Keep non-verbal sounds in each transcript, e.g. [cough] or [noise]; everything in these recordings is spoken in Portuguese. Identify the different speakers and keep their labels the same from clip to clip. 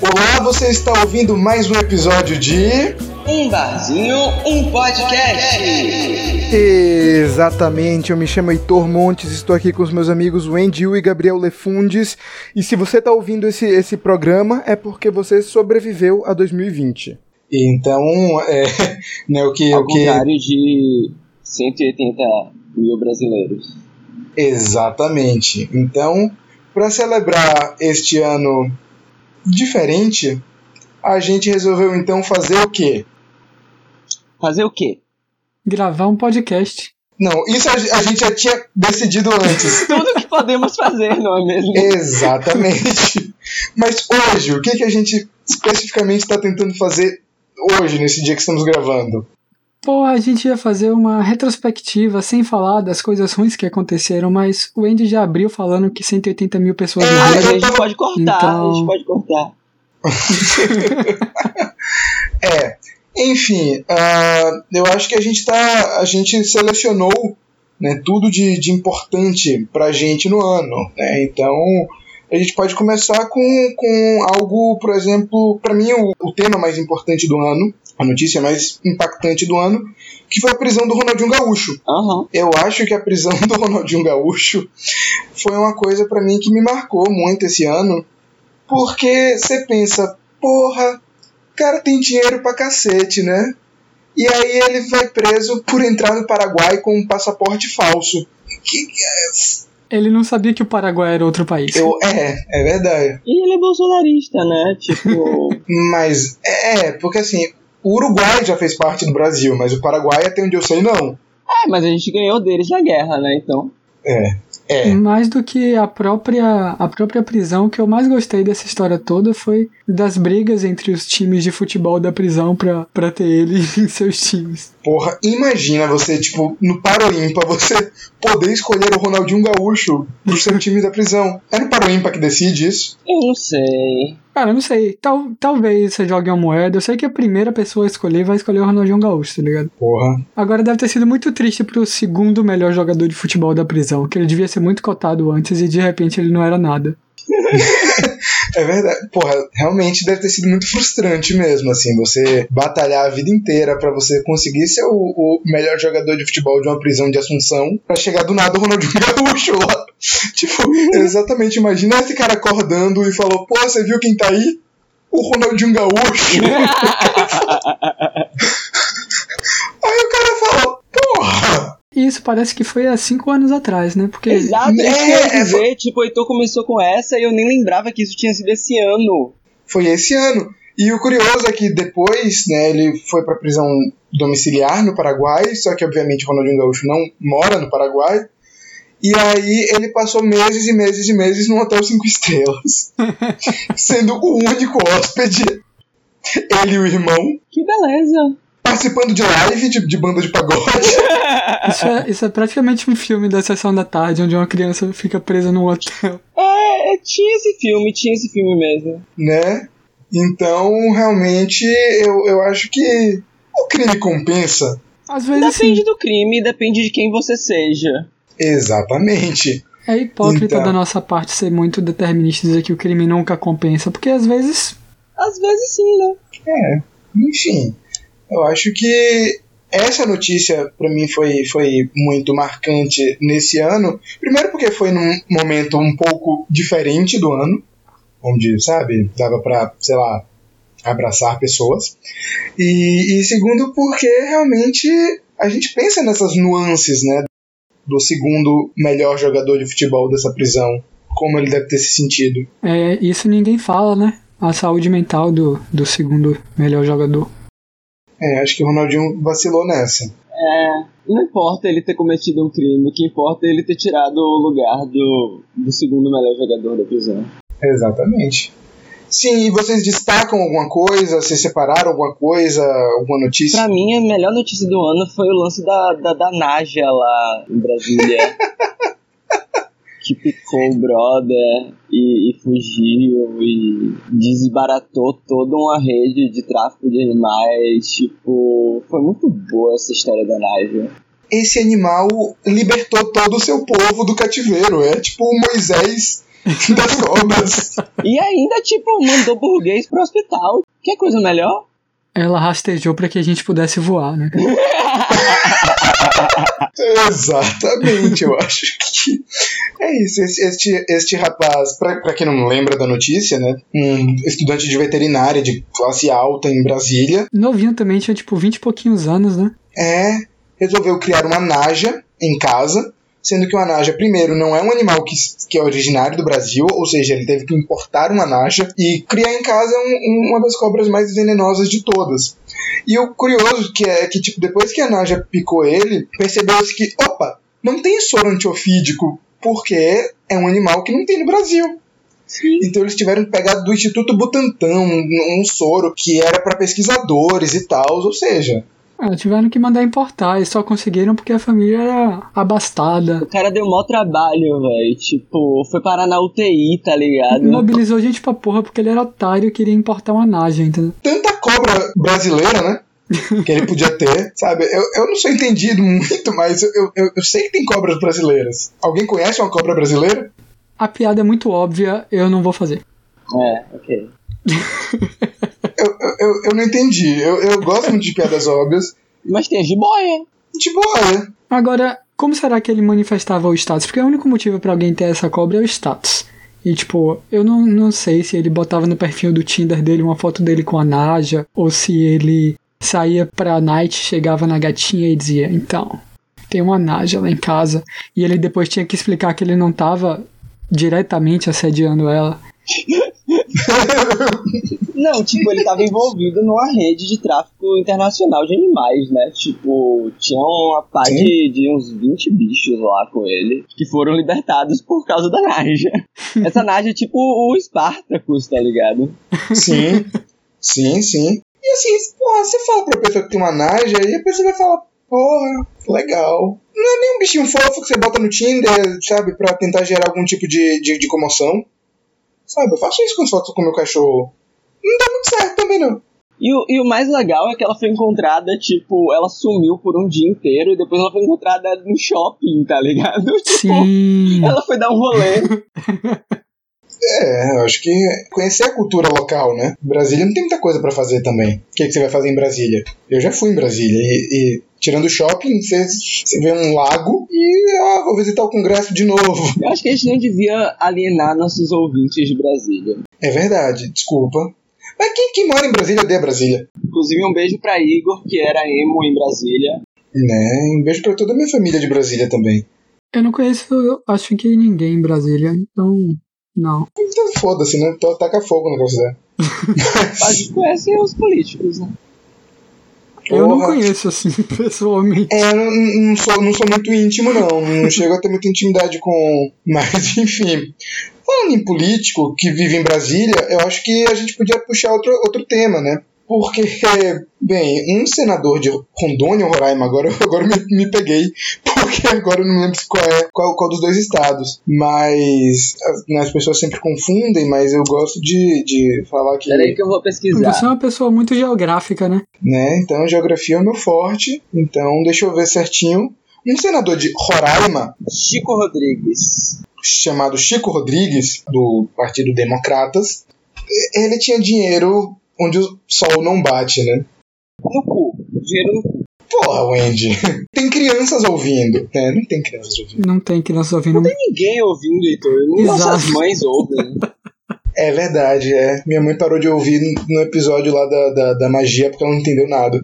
Speaker 1: Olá, você está ouvindo mais um episódio de.
Speaker 2: Um barzinho, um podcast.
Speaker 3: Exatamente, eu me chamo Heitor Montes, estou aqui com os meus amigos Wendy Yu e Gabriel Lefundes. E se você está ouvindo esse, esse programa, é porque você sobreviveu a 2020.
Speaker 1: Então, é, [laughs] né, o que.
Speaker 2: Ao
Speaker 1: o que
Speaker 2: contrário de 180 mil brasileiros.
Speaker 1: Exatamente. Então, para celebrar este ano diferente, a gente resolveu então fazer o quê?
Speaker 2: Fazer o quê?
Speaker 4: Gravar um podcast.
Speaker 1: Não, isso a, a gente já tinha decidido antes.
Speaker 2: Tudo que podemos fazer, não é mesmo?
Speaker 1: Exatamente. Mas hoje, o que, que a gente especificamente está tentando fazer hoje, nesse dia que estamos gravando?
Speaker 4: Pô, a gente ia fazer uma retrospectiva sem falar das coisas ruins que aconteceram, mas o Andy já abriu falando que 180 mil pessoas
Speaker 1: É,
Speaker 2: Mas
Speaker 4: morreram.
Speaker 2: a gente pode cortar,
Speaker 4: Então-
Speaker 2: a gente pode cortar.
Speaker 1: Enfim, ah, eu acho que a gente tá. A gente selecionou né, tudo de, de importante pra gente no ano. né? Então a gente pode começar com, com algo, por exemplo, para mim o, o tema mais importante do ano, a notícia mais impactante do ano, que foi a prisão do Ronaldinho Gaúcho.
Speaker 2: Aham.
Speaker 1: Eu acho que a prisão [laughs] do Ronaldinho Gaúcho foi uma coisa pra mim que me marcou muito esse ano, porque você pensa, porra, o cara tem dinheiro pra cacete, né? E aí ele vai preso por entrar no Paraguai com um passaporte falso. Que-
Speaker 4: Ele não sabia que o Paraguai era outro país.
Speaker 1: eu, é, é verdade.
Speaker 2: E ele é bolsonarista, né? Tipo.
Speaker 1: [laughs] Mas é, porque assim, o Uruguai já fez parte do Brasil, mas o Paraguai até onde eu sei não.
Speaker 2: é, mas a gente ganhou deles na guerra, né? Então.
Speaker 1: É.
Speaker 4: Mais do que a própria, a própria prisão, o que eu mais gostei dessa história toda foi das brigas entre os times de futebol da prisão pra, pra ter ele [laughs] em seus times.
Speaker 1: Porra, imagina você, tipo, no Paroímpa, você poder escolher o Ronaldinho Gaúcho pro seu time da prisão. É no Paroímpa que decide isso?
Speaker 2: Eu não sei.
Speaker 4: Cara, eu não sei. Tal, talvez você jogue uma moeda. Eu sei que a primeira pessoa a escolher vai escolher o Ronaldinho Gaúcho, tá ligado?
Speaker 1: Porra.
Speaker 4: Agora deve ter sido muito triste pro segundo melhor jogador de futebol da prisão, que ele devia ser muito cotado antes e de repente ele não era nada.
Speaker 1: É verdade. Porra, realmente deve ter sido muito frustrante mesmo, assim, você batalhar a vida inteira pra você conseguir ser o, o melhor jogador de futebol de uma prisão de Assunção, pra chegar do nada o Ronaldinho [laughs] Gaúcho lá. tipo, exatamente, imagina esse cara acordando e falou, pô, você viu quem tá aí? O Ronaldinho Gaúcho. aí o cara fala, porra!
Speaker 4: E isso parece que foi há cinco anos atrás, né? Porque
Speaker 2: Exato, é, isso que eu ia
Speaker 1: É,
Speaker 2: dizer, tipo, o Heitor começou com essa e eu nem lembrava que isso tinha sido esse ano.
Speaker 1: foi esse ano. E o curioso é que depois, né, ele foi para prisão domiciliar no Paraguai, só que obviamente o Ronaldinho Gaúcho não mora no Paraguai. E aí ele passou meses e meses e meses num hotel cinco estrelas, sendo o único hóspede, ele e o irmão,
Speaker 2: Que beleza.
Speaker 1: participando de live de, de banda de pagode.
Speaker 4: isso é, isso é praticamente um filme da sessão da tarde, onde uma criança fica presa num hotel.
Speaker 2: É, tinha esse filme, tinha esse filme mesmo.
Speaker 1: né? Então, realmente, eu, eu acho que o crime compensa.
Speaker 4: [laughs] Às vezes,
Speaker 2: Depende
Speaker 4: assim,
Speaker 2: do crime, depende de quem você seja.
Speaker 1: Exatamente.
Speaker 4: é hipócrita
Speaker 1: Então.
Speaker 4: da nossa parte ser muito determinista e dizer que o crime nunca compensa, porque às vezes
Speaker 2: Às vezes sim, né?
Speaker 1: Enfim, eu acho que essa notícia para mim foi, foi muito marcante nesse ano. Primeiro porque foi num momento um pouco diferente do ano, onde, sabe, dava para, sei lá, abraçar pessoas. E, e segundo porque realmente a gente pensa nessas nuances, né, do segundo melhor jogador de futebol dessa prisão, como ele deve ter se sentido.
Speaker 4: é, isso ninguém fala, né? A saúde mental do, do segundo melhor jogador.
Speaker 1: É, acho que o Ronaldinho vacilou nessa.
Speaker 2: É, Não importa ele ter cometido um crime, o que importa é ele ter tirado o lugar do, do segundo melhor jogador da prisão.
Speaker 1: Exatamente. Sim, e vocês destacam alguma coisa? Vocês separaram alguma coisa? Alguma notícia?
Speaker 2: Pra mim, a melhor notícia do ano foi o lance da, da, da Naja lá em Brasília. [laughs] que picou o brother e, e fugiu e desbaratou toda uma rede de tráfico de animais. Tipo, foi muito boa essa história da Naja.
Speaker 1: Esse animal libertou todo o seu povo do cativeiro. É tipo o Moisés das cobras.
Speaker 2: E ainda, tipo, mandou burguês pro hospital. Que coisa melhor?
Speaker 4: Ela rastejou pra que a gente pudesse voar, né?
Speaker 1: Exatamente, eu acho que é isso. Esse- Este, este rapaz, pra, pra quem não lembra da notícia, né? Um estudante de veterinária de classe alta em Brasília,
Speaker 4: Novinho também, tinha tipo 20 e pouquinhos anos, né?
Speaker 1: é, resolveu criar uma naja em casa, sendo que uma naja, primeiro, não é um animal que, que é originário do Brasil, ou seja, ele teve que importar uma naja e criar em casa um- um- uma das cobras mais venenosas de todas. E o curioso que é que, tipo, depois que a naja picou ele, percebeu-se que, opa, não tem soro antiofídico, porque é um animal que não tem no Brasil. Então eles tiveram que pegar do Instituto Butantan um, um soro que era para pesquisadores e tal, ou seja,
Speaker 4: Ah, tiveram que mandar importar e só conseguiram porque a família era abastada.
Speaker 2: O cara deu mó trabalho, velho. Tipo, foi parar na UTI, tá ligado?
Speaker 4: Mobilizou gente pra porra porque ele era otário e queria importar uma naja, entendeu?
Speaker 1: tanta cobra brasileira, né? Que ele podia ter, [laughs] sabe? Eu, eu não sou entendido [laughs] muito, mas eu, eu, eu sei que tem cobras brasileiras. Alguém conhece uma cobra brasileira?
Speaker 4: A piada é muito óbvia, eu não vou fazer.
Speaker 2: É, ok.
Speaker 1: Eu, eu, eu- eu não entendi. Eu, eu gosto muito de piadas [laughs] óbvias.
Speaker 2: Mas tem a jiboia.
Speaker 1: Tipo, olha,
Speaker 4: Agora, como será que ele manifestava o status? Porque o único motivo pra alguém ter essa cobra é o status. E tipo, eu não, não sei se ele botava no perfil do Tinder dele uma foto dele com a Naja, ou se ele saía pra night, chegava na gatinha e dizia, então, tem uma Naja lá em casa. E ele depois tinha que explicar que ele não tava diretamente assediando ela.
Speaker 2: Não, tipo, ele tava envolvido numa rede de tráfico internacional de animais, né? Tipo, tinha uma pá de, de uns 20 bichos lá com ele, que foram libertados por causa da Naja. Essa Naja é tipo o Spartacus, tá ligado?
Speaker 1: sim, sim, sim. E assim, porra, você fala pra pessoa que tem uma naja e a pessoa vai falar, porra, legal. Não é nem um bichinho fofo que você bota no Tinder, sabe, pra tentar gerar algum tipo de, de, de comoção. Sabe, eu faço isso quando foto com o meu cachorro. Não dá muito certo também, não.
Speaker 2: E o, e o mais legal é que ela foi encontrada, tipo, ela sumiu por um dia inteiro e depois ela foi encontrada no shopping, tá ligado? [laughs] Tipo,
Speaker 1: [laughs]
Speaker 4: Sim.
Speaker 2: Ela foi dar um rolê.
Speaker 1: É, eu acho que conhecer a cultura local, né? Brasília não tem muita coisa pra fazer também. O que, que você vai fazer em Brasília? Eu já fui em Brasília e, e tirando o shopping, você, você vê um lago e ah, vou visitar o Congresso de novo. [laughs]
Speaker 2: Eu acho que a gente não devia alienar nossos ouvintes de Brasília.
Speaker 1: É verdade, desculpa. Mas quem, quem mora em Brasília odeia Brasília.
Speaker 2: Inclusive, um beijo pra Igor, que era emo em Brasília.
Speaker 1: Né? Um beijo pra toda a minha família de Brasília também.
Speaker 4: Eu não conheço, eu acho que ninguém em Brasília, então, não.
Speaker 1: Então foda-se, né? Tô- Taca fogo na cidade.
Speaker 2: A gente conhece os políticos, né?
Speaker 4: Eu não
Speaker 1: Porra.
Speaker 4: conheço, assim, [laughs] pessoalmente.
Speaker 1: É, eu não, não, sou, não sou muito íntimo, não. Não chego a ter muita intimidade com. Mas, [laughs] enfim. Falando em político que vive em Brasília, eu acho que a gente podia puxar outro, outro tema, né? Porque, [laughs] bem, um senador de Rondônia ou Roraima, agora, [laughs] agora me, me peguei, porque agora eu não lembro qual é qual, qual dos dois estados. Mas as, né, as pessoas sempre confundem, mas eu gosto de, de falar que.
Speaker 2: Pera aí que eu vou
Speaker 4: Você
Speaker 2: pesquisar.
Speaker 4: é uma pessoa muito geográfica, né?
Speaker 1: né? Então geografia é o meu forte. Então deixa eu ver certinho. Um senador de Roraima
Speaker 2: Chico Rodrigues.
Speaker 1: chamado Chico Rodrigues do Partido Democratas, e- ele tinha dinheiro onde o sol não bate, né?
Speaker 2: No cu. Dinheiro no cu.
Speaker 1: Porra, Wendy. [laughs] Tem crianças ouvindo, né? Não tem crianças ouvindo.
Speaker 4: Não tem crianças ouvindo.
Speaker 2: Ninguém ouvindo, Heitor. Nem
Speaker 4: Exato.
Speaker 2: nossas mães ouvem.
Speaker 1: É verdade, é. Minha mãe parou de ouvir no- no episódio lá da, da, da magia porque ela não entendeu nada.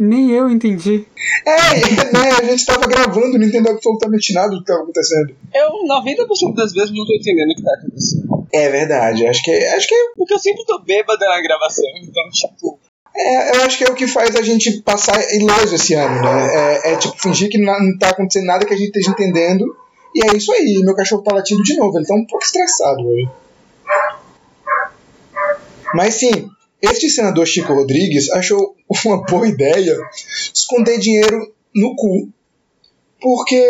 Speaker 4: Nem eu entendi.
Speaker 1: É, [laughs] né? A gente tava gravando, não entendeu absolutamente nada do que tá tava acontecendo.
Speaker 2: Eu, 90% das vezes, não tô entendendo o que tá acontecendo.
Speaker 1: É verdade, acho que, acho que
Speaker 2: Porque eu sempre tô bêbada na gravação, então, tipo...
Speaker 1: É, eu acho que é o que faz a gente passar ileso esse ano, né? É, é, tipo, fingir que na- não tá acontecendo nada que a gente esteja entendendo. E é isso aí, meu cachorro tá latindo de novo, ele tá um pouco estressado hoje. Mas sim, este senador Chico Rodrigues achou uma boa ideia esconder dinheiro no cu. Porque.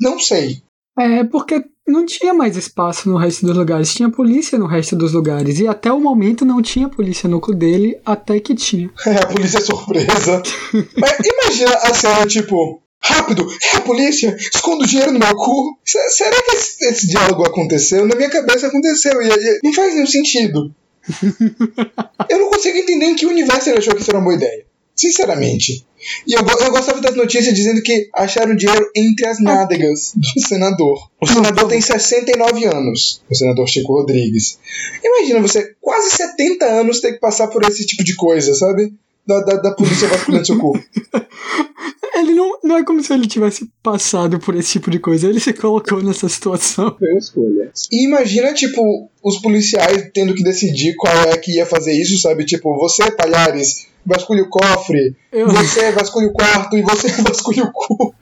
Speaker 1: Não sei.
Speaker 4: É porque não tinha mais espaço no resto dos lugares. Tinha polícia no resto dos lugares. E até o momento não tinha polícia no cu dele, até que tinha.
Speaker 1: é a polícia é surpresa. Mas imagina a cena, tipo. Rápido! É a polícia! Esconda o dinheiro no meu cu! Se- será que esse, esse diálogo aconteceu? Na minha cabeça aconteceu e, e não faz nenhum sentido. eu não consigo entender em que universo ele achou que isso era uma boa ideia. Sinceramente. E eu, go- eu gostava das notícias dizendo que acharam dinheiro entre as nádegas do senador. O senador tem 69 anos. O senador Chico Rodrigues. Imagina você, quase 70 anos, ter que passar por esse tipo de coisa, sabe? Da, da, da polícia vasculhando seu cu.
Speaker 4: Ele não, não é como se ele tivesse passado por esse tipo de coisa, ele se colocou nessa situação.
Speaker 2: Foi uma escolha.
Speaker 1: E imagina, tipo, os policiais tendo que decidir qual é que ia fazer isso, sabe? Tipo, você, Palhares, vasculha o cofre,
Speaker 4: Eu,
Speaker 1: você vasculha o quarto e você [laughs] vasculha o cu.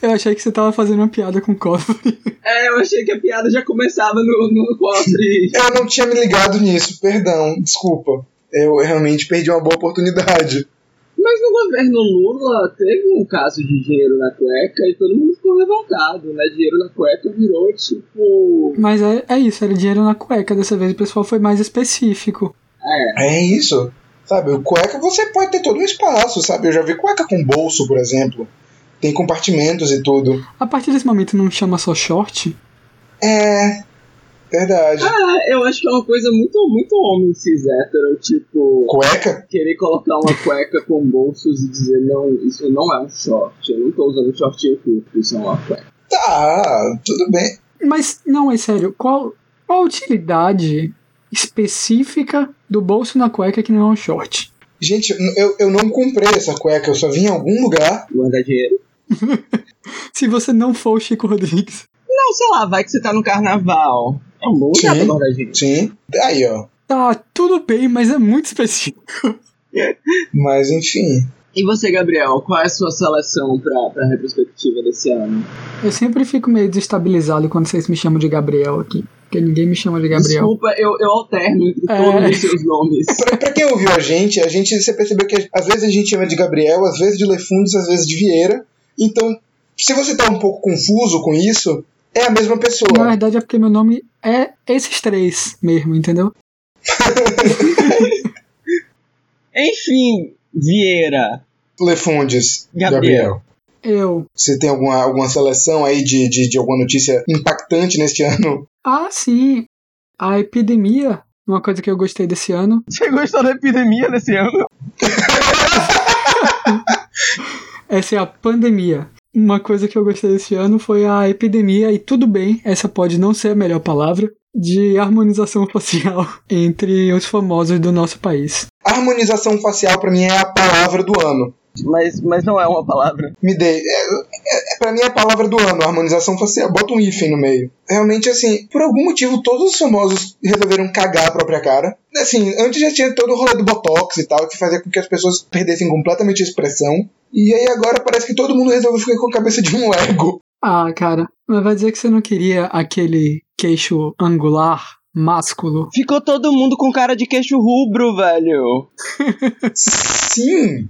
Speaker 4: eu achei que você tava fazendo uma piada com o cofre.
Speaker 2: É, eu achei que a piada já começava no, no cofre.
Speaker 1: Eu não tinha me ligado nisso, perdão, desculpa. Eu realmente perdi uma boa oportunidade.
Speaker 2: [laughs] Mas no governo Lula teve um caso de dinheiro na cueca e todo mundo ficou levantado, né? Dinheiro na cueca virou tipo.
Speaker 4: Mas é, é isso, era dinheiro na cueca. Dessa vez o pessoal foi mais específico.
Speaker 2: É,
Speaker 1: É isso. Sabe, o cueca você pode ter todo um espaço, sabe? Eu já vi cueca com bolso, por exemplo. Tem compartimentos e tudo.
Speaker 4: A partir desse momento não chama só short?
Speaker 1: É. Verdade.
Speaker 2: Ah, eu acho que é uma coisa muito, muito homem cis hétero, tipo,
Speaker 1: Cueca?
Speaker 2: querer colocar uma cueca com bolsos e dizer, não, isso não é um short, eu não tô usando um shortinho curto, isso é uma cueca.
Speaker 1: Tá, tudo bem.
Speaker 4: Mas não, é sério, qual, qual a utilidade específica do bolso na cueca que não é um short?
Speaker 1: Gente, eu, eu não comprei essa cueca, eu só vi em algum lugar.
Speaker 2: Guardar dinheiro.
Speaker 4: Se você não for o Chico Rodrigues.
Speaker 2: Não, sei lá, vai que você tá no carnaval. É um bom lugar
Speaker 1: Sim.
Speaker 2: pra guardar dinheiro.
Speaker 1: Sim. Aí, ó.
Speaker 4: Tá, tudo bem, mas é muito específico.
Speaker 1: Mas enfim.
Speaker 2: E você, Gabriel, qual é a sua seleção pra, pra retrospectiva desse ano?
Speaker 4: Eu sempre fico meio desestabilizado quando vocês me chamam de Gabriel aqui. Porque ninguém me chama de Gabriel.
Speaker 2: Desculpa, eu, eu alterno entre
Speaker 4: É.
Speaker 2: todos os seus nomes.
Speaker 1: Pra, pra quem ouviu a gente, a gente você percebeu que às vezes a gente chama de Gabriel, às vezes de Lefundes, às vezes de Vieira. Então, se você tá um pouco confuso com isso, é a mesma
Speaker 4: Na
Speaker 1: pessoa.
Speaker 4: verdade é porque meu nome é esses três mesmo, entendeu?
Speaker 2: [laughs] Enfim, Vieira.
Speaker 1: Lefundes,
Speaker 2: Gabriel.
Speaker 1: Gabriel.
Speaker 4: Eu.
Speaker 1: Você tem alguma, alguma seleção aí de, de, de alguma notícia impactante neste ano?
Speaker 4: Ah, sim. A epidemia. Uma coisa que eu gostei desse ano.
Speaker 2: Você gostou da epidemia desse ano?
Speaker 4: Essa é a pandemia. Uma coisa que eu gostei desse ano foi a epidemia, e tudo bem, essa pode não ser a melhor palavra, de harmonização [laughs] facial entre os famosos do nosso país.
Speaker 1: Harmonização facial pra mim é a palavra do ano.
Speaker 2: Mas, mas não é uma palavra.
Speaker 1: Me dei. É, é- é- pra mim é a palavra do ano, harmonização facial. Bota um hífen no meio. Realmente, assim, por algum motivo, todos os famosos resolveram cagar a própria cara. Assim, antes já tinha todo o rolê do Botox e tal, que fazia com que as pessoas perdessem completamente a expressão. E aí agora parece que todo mundo resolveu ficar com a cabeça de um Lego.
Speaker 4: Ah, cara, mas vai dizer que você não queria aquele queixo angular, másculo?
Speaker 2: Ficou todo mundo com cara de queixo rubro, velho.
Speaker 1: Sim!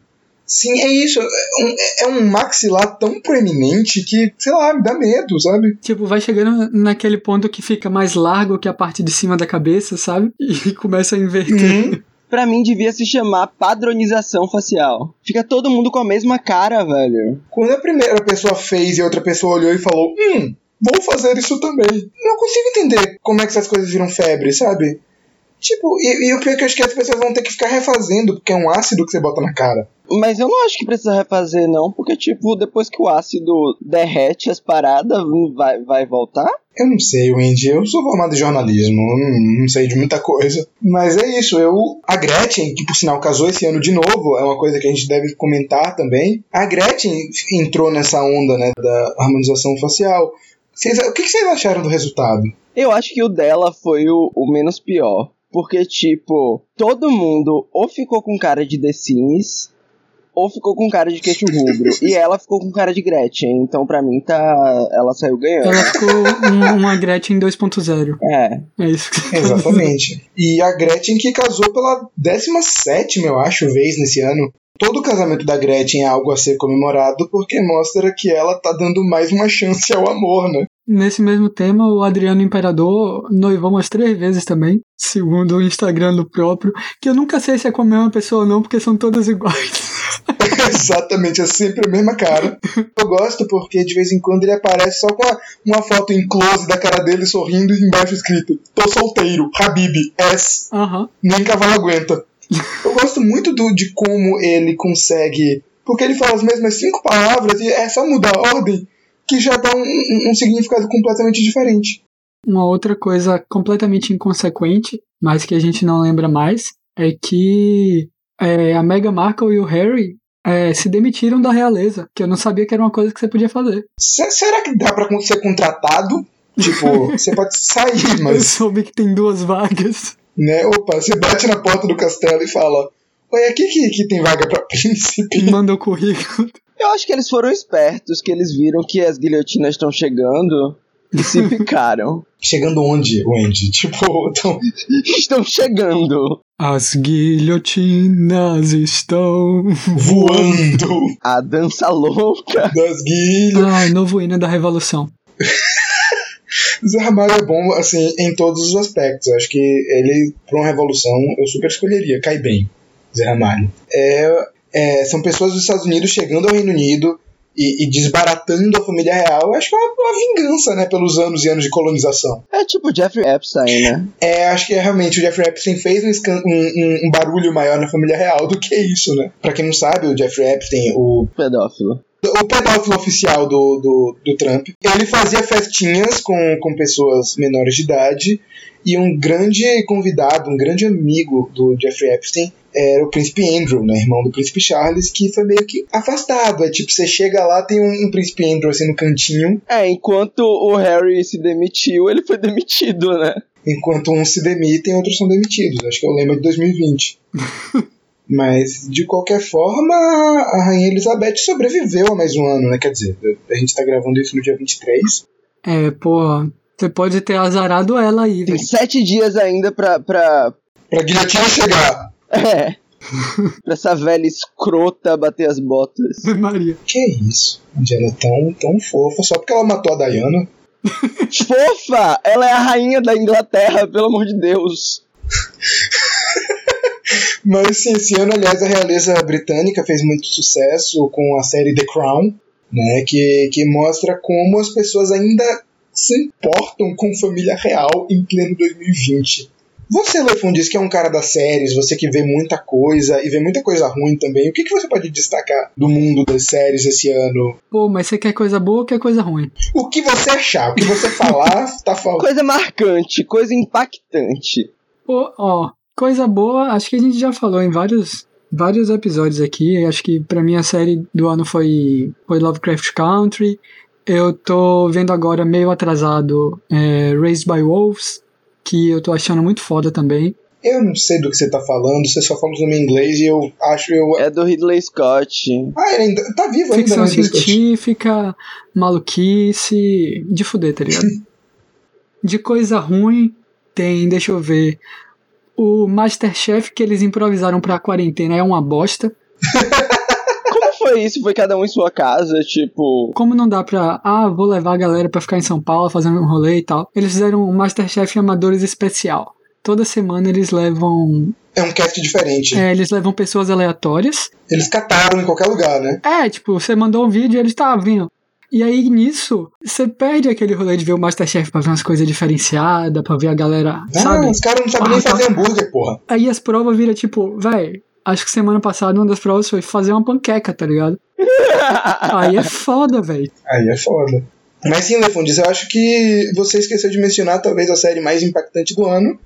Speaker 1: Sim, é isso. É um, é um maxilar tão proeminente que, sei lá, me dá medo, sabe?
Speaker 4: Tipo, vai chegando naquele ponto que fica mais largo que a parte de cima da cabeça, sabe? [laughs] E começa a inverter.
Speaker 1: Uhum.
Speaker 2: Pra mim devia se chamar padronização facial. Fica todo mundo com a mesma cara, velho.
Speaker 1: Quando a primeira pessoa fez e a outra pessoa olhou e falou, hum, vou fazer isso também. Não consigo entender como é que essas coisas viram febre, sabe? Tipo, e, e o pior é que eu acho que as pessoas vão ter que ficar refazendo, porque é um ácido que você bota na cara.
Speaker 2: Mas eu não acho que precisa refazer, não, porque, tipo, depois que o ácido derrete as paradas, vai, vai voltar?
Speaker 1: Eu não sei, Wendy, eu sou formado em jornalismo, eu não, não sei de muita coisa. Mas é isso, eu. A Gretchen, que por sinal casou esse ano de novo, é uma coisa que a gente deve comentar também. A Gretchen entrou nessa onda, né, da harmonização facial. Vocês- o que que vocês acharam do resultado?
Speaker 2: Eu acho que o dela foi o, o menos pior. Porque, tipo, todo mundo ou ficou com cara de The Sims, ou ficou com cara de queixo rubro. e ela ficou com cara de Gretchen. Então, pra mim, tá. Ela saiu ganhando.
Speaker 4: Ela ficou um- uma Gretchen 2.0.
Speaker 2: É.
Speaker 4: É isso que você tá dizendo.
Speaker 1: Exatamente. E a Gretchen que casou pela 17, eu acho, vez nesse ano. Todo casamento da Gretchen é algo a ser comemorado porque mostra que ela tá dando mais uma chance ao amor, né? [laughs]
Speaker 4: Nesse mesmo tema, o Adriano Imperador noivou umas três vezes também, segundo o Instagram do próprio, que eu nunca sei se é com a mesma pessoa ou não, porque são todas [laughs] iguais.
Speaker 1: Exatamente, é sempre a mesma cara. Eu gosto porque de vez em quando ele aparece só com a- uma foto em close da cara dele sorrindo e embaixo escrito: Tô solteiro, Habib, S.
Speaker 4: Aham.
Speaker 1: nem cavalo aguenta. Eu gosto muito do, de como ele consegue. Porque ele fala as mesmas cinco palavras e é só mudar a ordem que já dá um, um- um significado completamente diferente.
Speaker 4: Uma outra coisa completamente inconsequente, mas que a gente não lembra mais, é que é, a Meghan Markle e o Harry é, se demitiram da realeza, que eu não sabia que era uma coisa que você podia fazer.
Speaker 1: Se- será que dá pra con- ser contratado? [laughs] Tipo, você pode sair,
Speaker 4: Eu
Speaker 1: mas.
Speaker 4: soube que tem duas vagas.
Speaker 1: Né? Opa, você bate na porta do castelo e fala: Oi, aqui que, que tem vaga pra príncipe.
Speaker 4: Manda o currículo.
Speaker 2: Eu acho que eles foram espertos, que eles viram que as guilhotinas estão chegando e se picaram.
Speaker 1: Chegando onde, Wendy? Tipo, então,
Speaker 2: estão chegando.
Speaker 4: As guilhotinas estão.
Speaker 1: [laughs] voando
Speaker 2: A dança louca.
Speaker 1: das guilhas.
Speaker 4: Ai, novo hino da revolução.
Speaker 1: Zé Ramalho é bom, assim, em todos os aspectos. Acho que ele, pra uma revolução, eu super escolheria. Cai bem, Zé Ramalho. É- é, são pessoas dos Estados Unidos chegando ao Reino Unido e, e desbaratando a família real. Acho que é uma, uma vingança, né, pelos anos e anos de colonização.
Speaker 2: É tipo Jeffrey Epstein, né?
Speaker 1: É, acho que é, realmente o Jeffrey Epstein fez um, escan- um- um- um barulho maior na família real do que isso, né? Pra quem não sabe, o Jeffrey Epstein, o
Speaker 2: Pedófilo.
Speaker 1: o pedófilo oficial do, do, do Trump, Então, ele fazia festinhas com, com pessoas menores de idade e um grande convidado, um grande amigo do Jeffrey Epstein era o príncipe Andrew, né, irmão do príncipe Charles, que foi meio que afastado. É tipo, você chega lá, tem um, um príncipe Andrew assim no cantinho,
Speaker 2: É, enquanto o Harry se demitiu, ele foi demitido, né?
Speaker 1: enquanto uns se demitem, outros são demitidos. Acho que é o lema de 2020. Mas, de qualquer forma, a Rainha Elizabeth sobreviveu a mais um ano, né? Quer dizer, a gente tá gravando isso no dia 23.
Speaker 4: É, pô, você pode ter azarado ela aí,
Speaker 2: Tem
Speaker 4: velho.
Speaker 2: sete dias ainda pra. pra [laughs]
Speaker 1: Pra guilhotina chegar.
Speaker 2: é. pra essa velha escrota bater as botas.
Speaker 4: [laughs] Maria.
Speaker 1: Que isso? Angela é tão, tão fofa, só porque ela matou a Diana.
Speaker 2: Fofa! Ela é a rainha da Inglaterra, pelo amor de Deus.
Speaker 1: Mas sim, esse ano, aliás, a realeza britânica fez muito sucesso com a série The Crown, né? Que, que mostra como as pessoas ainda se importam com família real em pleno 2020. Você, Lefon, diz que é um cara das séries, você que vê muita coisa e vê muita coisa ruim também. O que, que você pode destacar do mundo das séries esse ano?
Speaker 4: Pô, mas você quer coisa boa ou quer coisa ruim?
Speaker 1: O que você achar? O que você falar [laughs] tá faltando?
Speaker 2: Coisa marcante, coisa impactante.
Speaker 4: Pô, ó, coisa boa, acho que a gente já falou em vários, vários episódios aqui. Acho que pra mim a série do ano foi, foi Lovecraft Country. Eu tô vendo agora, meio atrasado, é, Raised by Wolves, que eu tô achando muito foda também.
Speaker 1: Eu não sei do que você tá falando, você só fala o nome em inglês e eu acho eu.
Speaker 2: É do Ridley Scott.
Speaker 1: Ah, ele ainda. Tá vivo ainda,
Speaker 4: Ficção
Speaker 1: né? Scott?
Speaker 4: científica, maluquice, de fuder, tá ligado? de coisa ruim, tem, deixa eu ver, o Masterchef que eles improvisaram pra quarentena é uma bosta.
Speaker 2: Como foi isso? Foi cada um em sua casa, tipo. [laughs]
Speaker 4: Como não dá pra, ah, vou levar a galera pra ficar em São Paulo fazendo um rolê e tal, eles fizeram um Masterchef Amadores Especial. Toda semana eles levam.
Speaker 1: É um cast diferente.
Speaker 4: é, eles levam pessoas aleatórias.
Speaker 1: Eles cataram em qualquer lugar, né?
Speaker 4: É, tipo, você mandou um vídeo e eles tá vindo. E aí, nisso, você perde aquele rolê de ver o Masterchef pra ver umas coisas diferenciadas, pra ver a galera,
Speaker 1: Ah,
Speaker 4: sabe?
Speaker 1: os caras não sabem nem
Speaker 4: Ah, tá.
Speaker 1: fazer hambúrguer, porra.
Speaker 4: Aí as provas viram tipo, véi, acho que semana passada uma das provas foi fazer uma panqueca, tá ligado?
Speaker 1: [laughs]
Speaker 4: Aí é foda, véi.
Speaker 1: Aí é foda. Mas sim, Lefundes, eu acho que você esqueceu de mencionar talvez a série mais impactante do ano,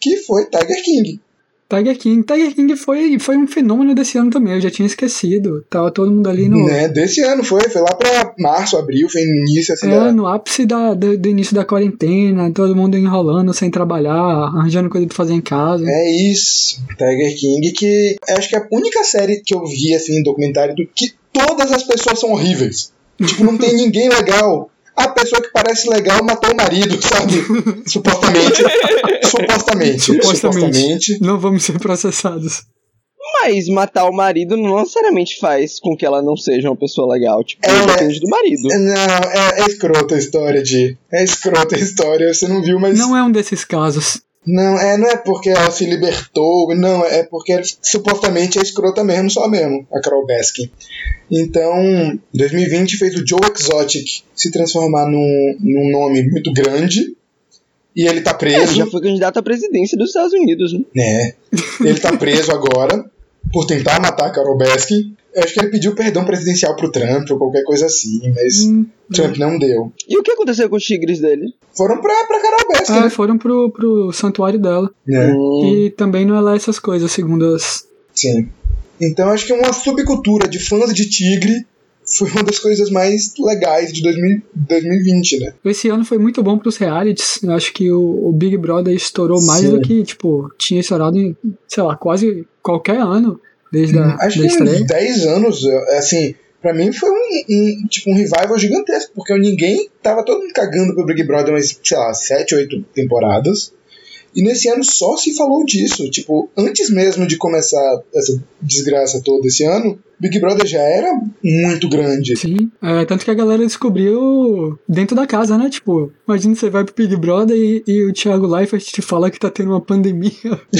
Speaker 1: que foi Tiger King.
Speaker 4: Tiger King. Tiger King foi, foi um fenômeno desse ano também, eu já tinha esquecido. Tava todo mundo ali no,
Speaker 1: Né? Desse ano foi, foi lá pra março, abril, foi no início assim.
Speaker 4: é,
Speaker 1: da-
Speaker 4: no ápice da, do, do início da quarentena, todo mundo enrolando sem trabalhar, arranjando coisa pra fazer em casa.
Speaker 1: É isso, Tiger King, que eu acho que é a única série que eu vi, assim, em documentário, do que todas as pessoas são horríveis. Tipo, não tem ninguém legal. A pessoa que parece legal matou o marido, sabe? Supostamente. Supostamente. Supostamente.
Speaker 4: Não vamos ser processados.
Speaker 2: Mas matar o marido não necessariamente faz com que ela não seja uma pessoa legal. Tipo,
Speaker 1: É.
Speaker 2: depende do marido.
Speaker 1: Não, é, é escrota a história de. É escrota a história, você não viu, mas.
Speaker 4: Não é um desses casos.
Speaker 1: Não, é, não é porque ela se libertou, não, é porque ela, supostamente é escrota mesmo, só mesmo, a Carol Baskin. Então, 2020 fez o Joe Exotic se transformar num, num nome muito grande. E ele tá preso.
Speaker 4: É,
Speaker 2: Ele já foi candidato à presidência dos Estados Unidos, né?
Speaker 1: É. Ele tá preso agora por tentar matar a Carol Baskin. Eu acho que ele pediu perdão presidencial pro Trump ou qualquer coisa assim, mas
Speaker 4: Hum.
Speaker 1: Trump não deu.
Speaker 2: E o que aconteceu com os tigres dele?
Speaker 1: Foram pra, pra Carol Baskin,
Speaker 4: Ah, foram pro, pro santuário dela.
Speaker 1: né?
Speaker 2: Hum,
Speaker 4: E também não é lá essas coisas, segundo as.
Speaker 1: Sim. Então acho que uma subcultura de fãs de tigre foi uma das coisas mais legais de 2000 2020, né?
Speaker 4: Esse ano foi muito bom pros realities. Eu acho que o, o Big Brother estourou mais
Speaker 1: Sim.
Speaker 4: do que, tipo, tinha estourado em, sei lá, quase qualquer ano desde a da
Speaker 1: Hum, Acho que é
Speaker 4: estreia.
Speaker 1: uns 10 anos, eh, assim, pra mim foi um, um- tipo, um revival gigantesco, porque ninguém tava todo mundo cagando pro Big Brother umas, sei lá, 7, 8 temporadas. E nesse ano só se falou disso. Tipo, antes mesmo de começar essa desgraça toda esse ano, Big Brother já era muito grande.
Speaker 4: Sim, é, tanto que a galera descobriu dentro da casa, né? Tipo, imagina você vai pro Big Brother e, e o Thiago Leifert te fala que tá tendo uma pandemia. [laughs]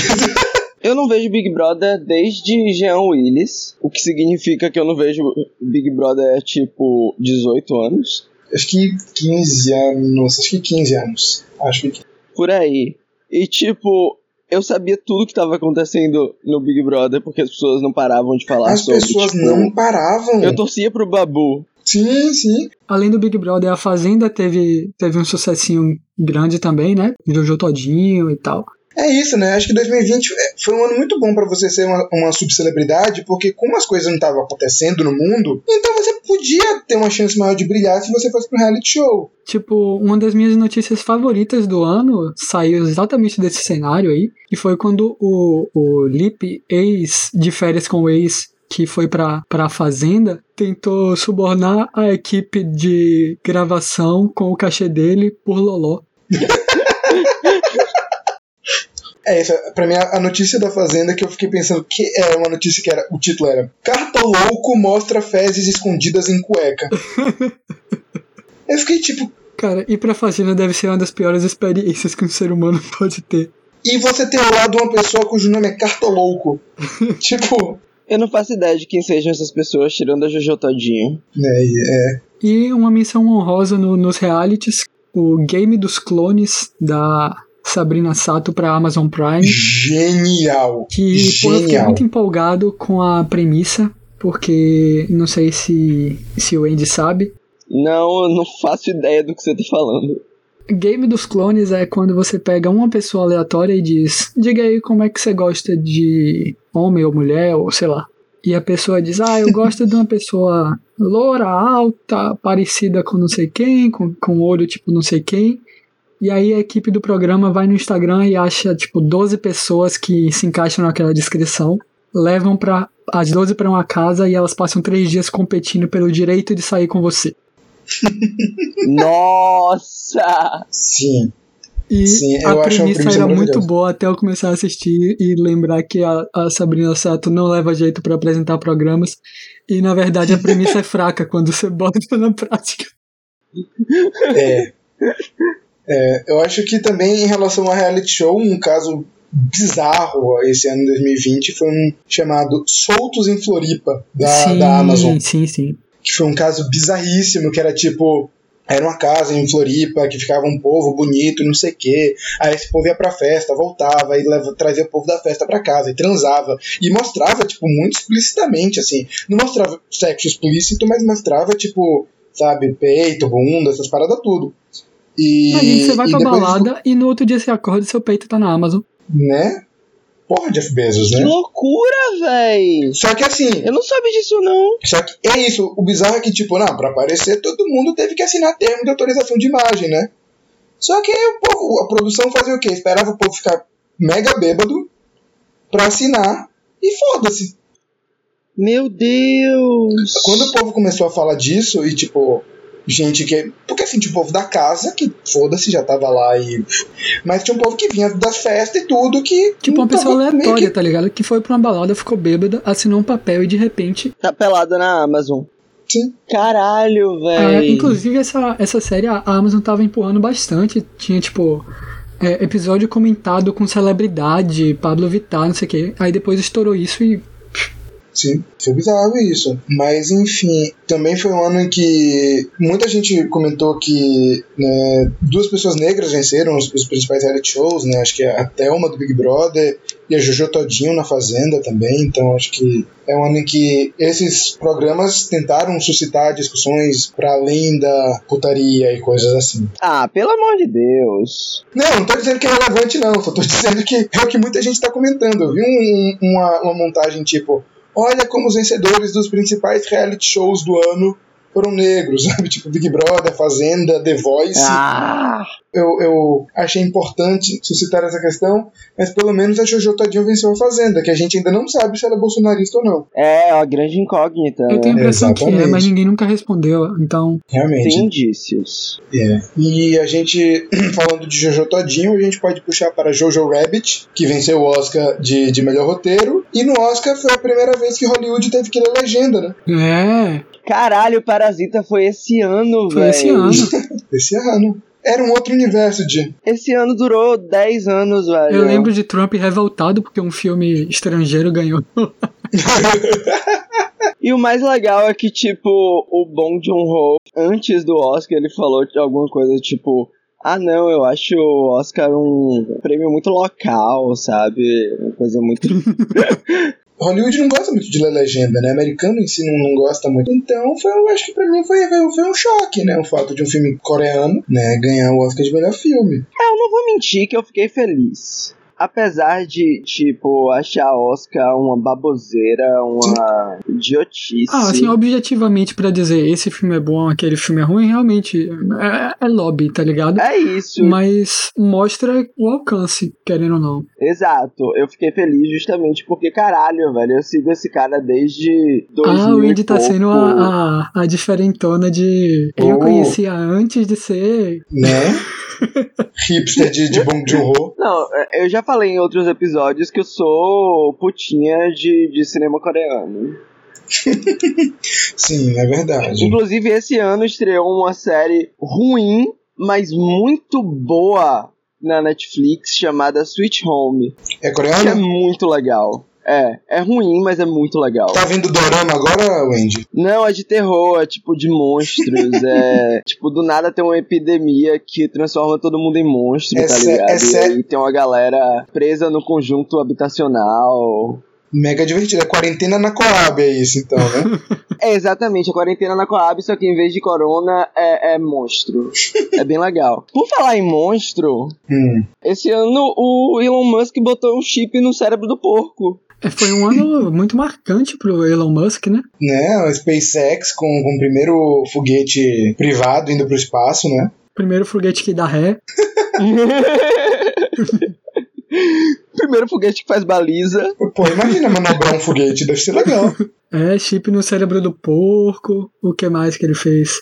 Speaker 2: Eu não vejo Big Brother desde Jean Willis, o que significa que eu não vejo Big Brother tipo 18 anos.
Speaker 1: Acho que 15 anos. Acho que 15 anos. Acho que
Speaker 2: Por aí. E tipo, eu sabia tudo que tava acontecendo no Big Brother, porque as pessoas não paravam de falar
Speaker 1: As
Speaker 2: sobre.
Speaker 1: pessoas
Speaker 2: tipo,
Speaker 1: não paravam.
Speaker 2: Eu torcia pro Babu.
Speaker 1: Sim, sim.
Speaker 4: Além do Big Brother, a Fazenda teve, teve um sucessinho grande também, né? Jojo Todinho e tal.
Speaker 1: É isso, né? Acho que 2020 é- foi um ano muito bom pra você ser uma, uma subcelebridade, porque como as coisas não estavam acontecendo no mundo, então você podia ter uma chance maior de brilhar se você fosse pra um reality show.
Speaker 4: Tipo, uma das minhas notícias favoritas do ano saiu exatamente desse cenário aí, e foi quando o, o Lip, ex de férias com o ex, que foi pra, pra fazenda, tentou subornar a equipe de gravação com o cachê dele por Loló.
Speaker 1: É isso, pra mim a, a notícia da Fazenda que eu fiquei pensando que era uma notícia que era, o título era Cartolouco mostra fezes escondidas em
Speaker 2: [laughs]
Speaker 1: cueca. eu fiquei tipo,
Speaker 4: Cara, ir pra fazenda deve ser uma das piores experiências que um ser humano [laughs] pode ter.
Speaker 1: e você tem ao lado uma pessoa cujo nome é
Speaker 2: [laughs]
Speaker 1: Cartolouco? tipo,
Speaker 2: Eu não faço ideia de quem sejam essas pessoas, tirando a Jojo Todinho.
Speaker 1: né, e é,
Speaker 4: E uma menção honrosa no- nos realities, o Game dos Clones, da Sabrina Sato pra Amazon Prime.
Speaker 1: genial.
Speaker 4: Que pô, eu fiquei
Speaker 1: Genial.
Speaker 4: muito empolgado com a premissa, porque não sei se, se o Andy sabe.
Speaker 2: Não, eu não faço ideia do que você tá
Speaker 1: [laughs]
Speaker 2: falando.
Speaker 4: Game dos clones é quando você pega uma pessoa aleatória e diz: Diga aí como é que você gosta de homem ou mulher, ou sei lá. E a pessoa diz: Ah, eu gosto de uma pessoa loura, alta, parecida com não sei quem, com, com olho tipo não sei quem. E aí a equipe do programa vai no Instagram e acha, tipo, 12 pessoas que se encaixam naquela descrição, levam para as 12 para uma casa e elas passam três dias competindo pelo direito de sair com você.
Speaker 1: É.
Speaker 2: Nossa!
Speaker 1: Sim.
Speaker 4: E
Speaker 1: Sim, eu
Speaker 4: a
Speaker 1: acho a
Speaker 4: premissa
Speaker 1: premissa
Speaker 4: era muito
Speaker 1: maravilhosa.
Speaker 4: boa até eu começar a assistir e lembrar que a, a Sabrina Sato não leva jeito pra apresentar programas. E na verdade
Speaker 1: [laughs]
Speaker 4: a premissa é fraca quando você bota na prática.
Speaker 1: É. É, eu acho que também em relação a reality show, um caso bizarro esse ano 2020 foi um chamado Soltos em Floripa, da, da Amazon.
Speaker 4: Sim, sim.
Speaker 1: Que foi um caso bizarríssimo, que era tipo. Era uma casa em Floripa que ficava um povo bonito, não sei o quê. Aí esse povo ia pra festa, voltava e leva, trazia o povo da festa pra casa e transava. E mostrava, tipo, muito explicitamente, assim. Não mostrava sexo explícito, mas mostrava, tipo, sabe, peito, bunda, essas paradas tudo. E.
Speaker 4: Aí você vai
Speaker 1: e
Speaker 4: pra
Speaker 1: depois-
Speaker 4: balada e no outro dia você acorda e seu peito tá na Amazon.
Speaker 1: Né? Porra, Jeff Bezos,
Speaker 2: Que
Speaker 1: né?
Speaker 2: loucura, véi!
Speaker 1: Só que assim.
Speaker 2: Eu não sabia disso, não.
Speaker 1: Só que é isso, o bizarro é que, tipo, não, pra aparecer, todo mundo teve que assinar termo de autorização de imagem, né? Só que aí o povo, a produção fazia o quê? Esperava o povo ficar mega bêbado pra assinar e foda-se.
Speaker 2: Meu Deus!
Speaker 1: Quando o povo começou a falar disso e, tipo, gente que. Porque assim, tinha o povo da casa, que foda-se, já tava lá e. Mas tinha um povo que vinha das festas e tudo que.
Speaker 4: Tipo uma
Speaker 1: não
Speaker 4: pessoa
Speaker 1: tava Então, meio que-
Speaker 4: aleatória, tá ligado? Que foi pra uma balada, ficou bêbada, assinou um papel e de repente.
Speaker 2: Tá pelada na Amazon.
Speaker 1: Sim.
Speaker 2: Caralho,
Speaker 4: Ah,
Speaker 2: véi!
Speaker 4: inclusive essa, essa série a Amazon tava empurrando bastante. Tinha tipo. é, episódio comentado com celebridade, Pablo Vittar, não sei o quê. Aí depois estourou isso e
Speaker 1: Sim, foi bizarro isso. Mas enfim, também foi um ano em que muita gente comentou que né, duas pessoas negras venceram os, os principais reality shows, né? Acho que a Thelma do Big Brother e a Jojo Todinho na Fazenda também. Então acho que é um ano em que esses programas tentaram suscitar discussões para além da putaria e coisas assim.
Speaker 2: Ah, pelo amor de Deus.
Speaker 1: Não, não tô dizendo que é relevante, não. Só tô [laughs] dizendo que é o que muita gente tá comentando. Eu vi um- um- uma, uma montagem tipo: olha como os vencedores dos principais reality shows do ano foram negros, [laughs] sabe? Tipo Big Brother, Fazenda, The Voice
Speaker 2: Ah,
Speaker 1: eu, eu achei importante suscitar essa questão, mas pelo menos a Jojo Tadinho venceu a Fazenda, que a gente ainda não sabe se ela é bolsonarista ou não.
Speaker 2: é uma grande incógnita.
Speaker 4: eu tenho a
Speaker 2: né?
Speaker 4: impressão que é,
Speaker 1: Exatamente.
Speaker 4: mas ninguém nunca respondeu. Então,
Speaker 1: Realmente.
Speaker 2: Tem indícios.
Speaker 1: É. E a gente, [clears throat] falando de Jojo Todinho, a gente pode puxar para Jojo Rabbit, que venceu o Oscar de, de melhor roteiro. E no Oscar foi a primeira vez que Hollywood teve que ler legenda, né?
Speaker 4: é,
Speaker 2: Caralho, Parasita foi esse ano, velho.
Speaker 4: foi esse ano.
Speaker 1: Esse ano. Era um outro universo de.
Speaker 2: [laughs] Esse ano durou 10 anos, velho.
Speaker 4: Eu lembro de Trump revoltado porque um filme estrangeiro ganhou.
Speaker 2: E o mais legal é que, tipo, o Bong Joon-ho, antes do Oscar, ele falou de alguma coisa, tipo... Ah, não, eu acho o Oscar um prêmio muito local, sabe? Uma coisa
Speaker 4: [laughs]
Speaker 2: muito... É,
Speaker 1: Hollywood não gosta muito de ler legenda, né? Americano em si não, não gosta muito. Então, foi, eu acho que pra mim foi, foi, foi um choque, né? O fato de um filme coreano né, ganhar o Oscar de melhor filme.
Speaker 2: É, eu não vou mentir que eu fiquei feliz. Apesar de, tipo, achar Oscar uma baboseira, uma idiotice.
Speaker 4: Ah, assim, objetivamente pra dizer esse filme é bom, aquele filme é ruim, realmente é, é lobby, tá ligado?
Speaker 2: É isso,
Speaker 4: Mas mostra o alcance, querendo ou não.
Speaker 2: exato. Eu fiquei feliz justamente porque, caralho, velho, eu sigo esse cara desde 2000
Speaker 4: Ah, o
Speaker 2: e
Speaker 4: Indy tá
Speaker 2: pouco.
Speaker 4: sendo a, a, a diferentona de. Eu
Speaker 1: Oh.
Speaker 4: conhecia antes de ser.
Speaker 1: Né? Hipster de, de Bong Joon-ho.
Speaker 2: Não, é, eu já falei em outros episódios que eu sou putinha de, de cinema coreano.
Speaker 1: Sim, é verdade.
Speaker 2: Inclusive, esse ano estreou uma série ruim, mas muito boa na Netflix, chamada Sweet Home.
Speaker 1: É
Speaker 2: Que é
Speaker 1: coreano?
Speaker 2: muito legal. É, é ruim, mas é muito legal.
Speaker 1: Tá vendo Dorama agora, Wendy?
Speaker 2: Não, é de terror, é tipo de
Speaker 1: [laughs]
Speaker 2: monstros. é tipo, do nada tem uma epidemia que transforma todo mundo em monstro,
Speaker 1: É
Speaker 2: tá
Speaker 1: sé-
Speaker 2: ligado?
Speaker 1: é sé-
Speaker 2: E aí tem uma galera presa no conjunto habitacional.
Speaker 1: Mega divertido. É quarentena na Coab, é isso, então, né?
Speaker 2: É exatamente, a quarentena na Coab, só que em vez de corona é, é monstro. é bem legal. Por falar em monstro,
Speaker 1: Hum.
Speaker 2: esse ano o Elon Musk botou um chip no cérebro do porco.
Speaker 4: É, Foi um ano muito marcante pro Elon Musk, né?
Speaker 1: Né? A SpaceX com, com o primeiro foguete privado indo pro espaço, né?
Speaker 4: Primeiro foguete que dá ré.
Speaker 2: Primeiro foguete que faz baliza.
Speaker 1: Pô, imagina manobrar um foguete, deve ser legal.
Speaker 4: É, chip no cérebro do porco. O que mais que ele fez?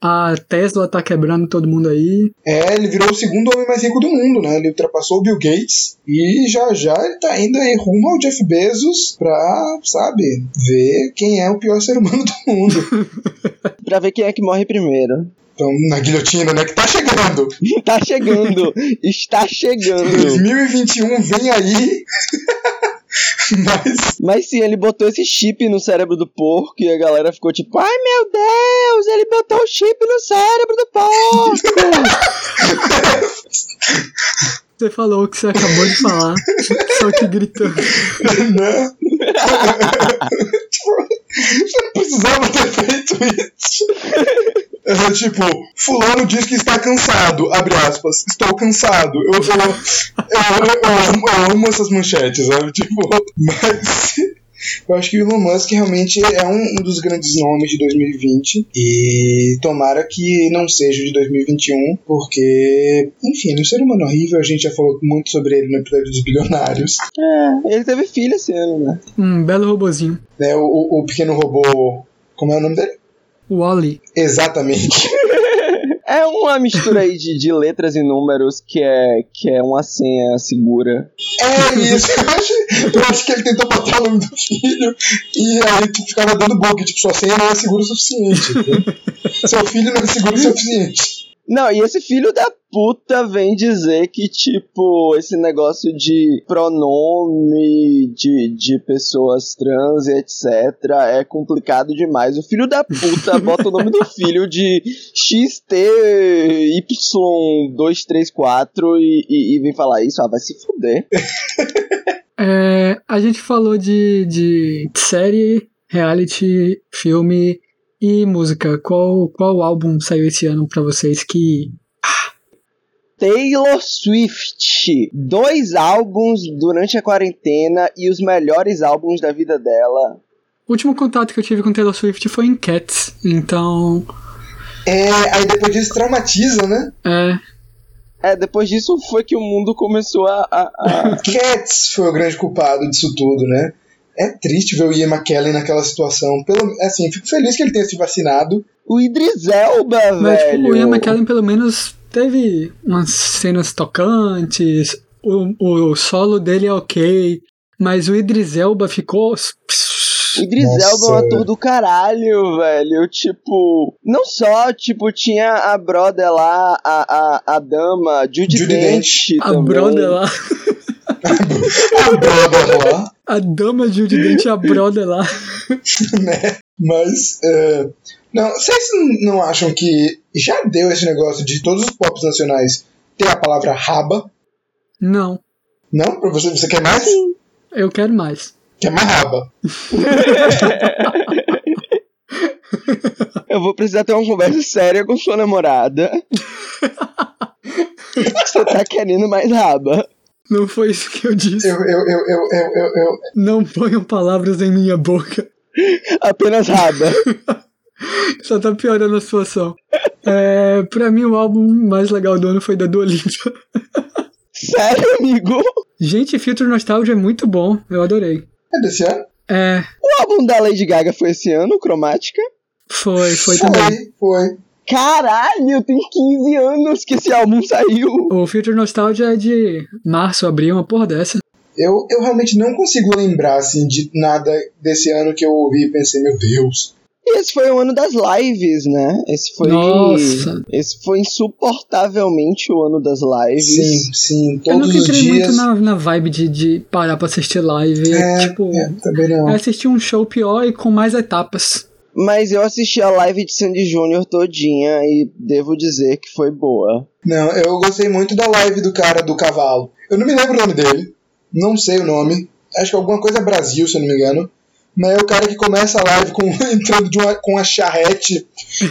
Speaker 4: A Tesla tá quebrando todo mundo aí.
Speaker 1: É, ele virou o segundo homem mais rico do mundo, né? Ele ultrapassou o Bill Gates e já já ele tá indo aí rumo ao Jeff Bezos pra, sabe, ver quem é o pior ser humano do mundo.
Speaker 2: Pra ver quem é que morre primeiro. [laughs]
Speaker 1: Então, na guilhotina, né? Que tá chegando!
Speaker 2: Tá chegando! Está chegando!
Speaker 1: 2021 vem aí! [laughs] Mas,
Speaker 2: Mas sim, ele botou esse chip no cérebro do porco e a galera ficou tipo: Ai meu Deus, ele botou o chip no cérebro do porco!
Speaker 4: Você falou o que você acabou de falar, só que gritando.
Speaker 1: né? [laughs] Tipo, Você não precisava ter feito isso. É, tipo, fulano diz que está cansado, abre aspas, estou cansado. Eu, eu, eu, eu- eu amo, eu amo essas manchetes, sabe? Tipo, mas eu acho que o Elon Musk realmente é um, um dos grandes nomes de 2020 e tomara que não seja o de 2021, porque, enfim, ele é um ser humano horrível, a gente já falou muito sobre ele no episódio dos bilionários.
Speaker 2: é, ele teve filho esse ano, né?
Speaker 4: Um belo robozinho.
Speaker 1: né, o, o- o pequeno robô. Como é o nome dele?
Speaker 4: Wally.
Speaker 1: Exatamente. [laughs]
Speaker 2: É uma mistura aí de, de letras e números que é, que é uma senha segura.
Speaker 1: É isso. Eu acho, eu acho que ele tentou botar o nome do filho e aí tipo, ficava dando bug. Tipo, sua senha não é segura o suficiente. né? Seu filho não é seguro o suficiente.
Speaker 2: Não, e esse filho da puta vem dizer que, tipo, esse negócio de pronome de, de pessoas trans e etc. é complicado demais. O filho da puta bota o nome do filho de XTY234 e, e, e vem falar isso. Ah, vai se fuder.
Speaker 4: É, a gente falou de, de série, reality, filme e música. Qual, qual álbum saiu esse ano pra vocês que.
Speaker 2: Taylor Swift, dois álbuns durante a quarentena e os melhores álbuns da vida dela.
Speaker 4: O último contato que eu tive com Taylor Swift foi em Cats, então.
Speaker 1: É, aí depois disso traumatiza, né?
Speaker 4: É.
Speaker 2: É, depois disso foi que o mundo começou a. a, a...
Speaker 4: [laughs]
Speaker 1: Cats foi o grande culpado disso tudo, né? É triste ver o Ian McKellen naquela situação. Pelo, assim, fico feliz que ele tenha se vacinado.
Speaker 2: O Idris Elba, velho.
Speaker 4: Mas tipo, o Ian McKellen pelo menos teve umas cenas tocantes, o, o, o solo dele é ok, mas o Idris Elba ficou.
Speaker 2: O Idris Elba é um ator do caralho, velho. Tipo, não só, tipo, tinha a brother lá, a, a, a dama, Judy, Judy Dench. Dench
Speaker 4: a brother lá.
Speaker 1: a brother lá.
Speaker 4: A dama Judy Dench, a brother lá.
Speaker 1: né? Mas, uh, não, vocês não acham que já deu esse negócio de todos os pops nacionais ter a palavra raba?
Speaker 4: Não.
Speaker 1: Não? Pra você, você quer mais?
Speaker 4: Sim. Eu quero mais.
Speaker 1: Quer mais raba?
Speaker 2: Eu vou precisar ter uma conversa séria com sua
Speaker 4: [laughs]
Speaker 2: namorada. [laughs] você tá querendo mais raba?
Speaker 4: Não foi isso que eu disse.
Speaker 1: Eu, eu, eu, eu, eu, eu, eu.
Speaker 4: Não ponham palavras em minha boca. [laughs]
Speaker 2: Apenas raba.
Speaker 4: Só tá piorando a situação. É, pra mim, o álbum mais legal do ano foi da Dua Lipa. [laughs]
Speaker 2: Sério, amigo?
Speaker 4: Gente, Filtro Nostalgia é muito bom. Eu adorei.
Speaker 1: É desse ano?
Speaker 4: É.
Speaker 2: O álbum da Lady Gaga foi esse ano, Cromática?
Speaker 4: Foi, foi,
Speaker 1: Foi,
Speaker 4: também.
Speaker 1: foi.
Speaker 2: Caralho, tem 15 anos que esse álbum saiu.
Speaker 4: O Filtro Nostalgia é de março, abril, uma porra dessa.
Speaker 1: Eu, eu realmente não consigo lembrar, assim, de nada desse ano que eu ouvi e pensei, meu Deus.
Speaker 2: E esse foi o ano das lives, né? Esse foi.
Speaker 4: Nossa.
Speaker 2: Esse foi insuportavelmente o ano das lives.
Speaker 1: Sim, sim,
Speaker 4: Eu
Speaker 1: todos
Speaker 4: nunca
Speaker 1: os
Speaker 4: entrei
Speaker 1: dias.
Speaker 4: muito na, na vibe de, de parar pra assistir live.
Speaker 1: É,
Speaker 4: tipo,
Speaker 1: é, também não.
Speaker 4: é assistir um show pior e com mais etapas.
Speaker 2: Mas eu assisti a live de Sandy Júnior todinha e devo dizer que foi boa.
Speaker 1: Não, eu gostei muito da live do cara do cavalo. Eu não me lembro o nome dele. Não sei o nome. Acho que é alguma coisa Brasil, se eu não me engano. Mas é o cara que começa a live com, [laughs] entrando de uma, com a charrete.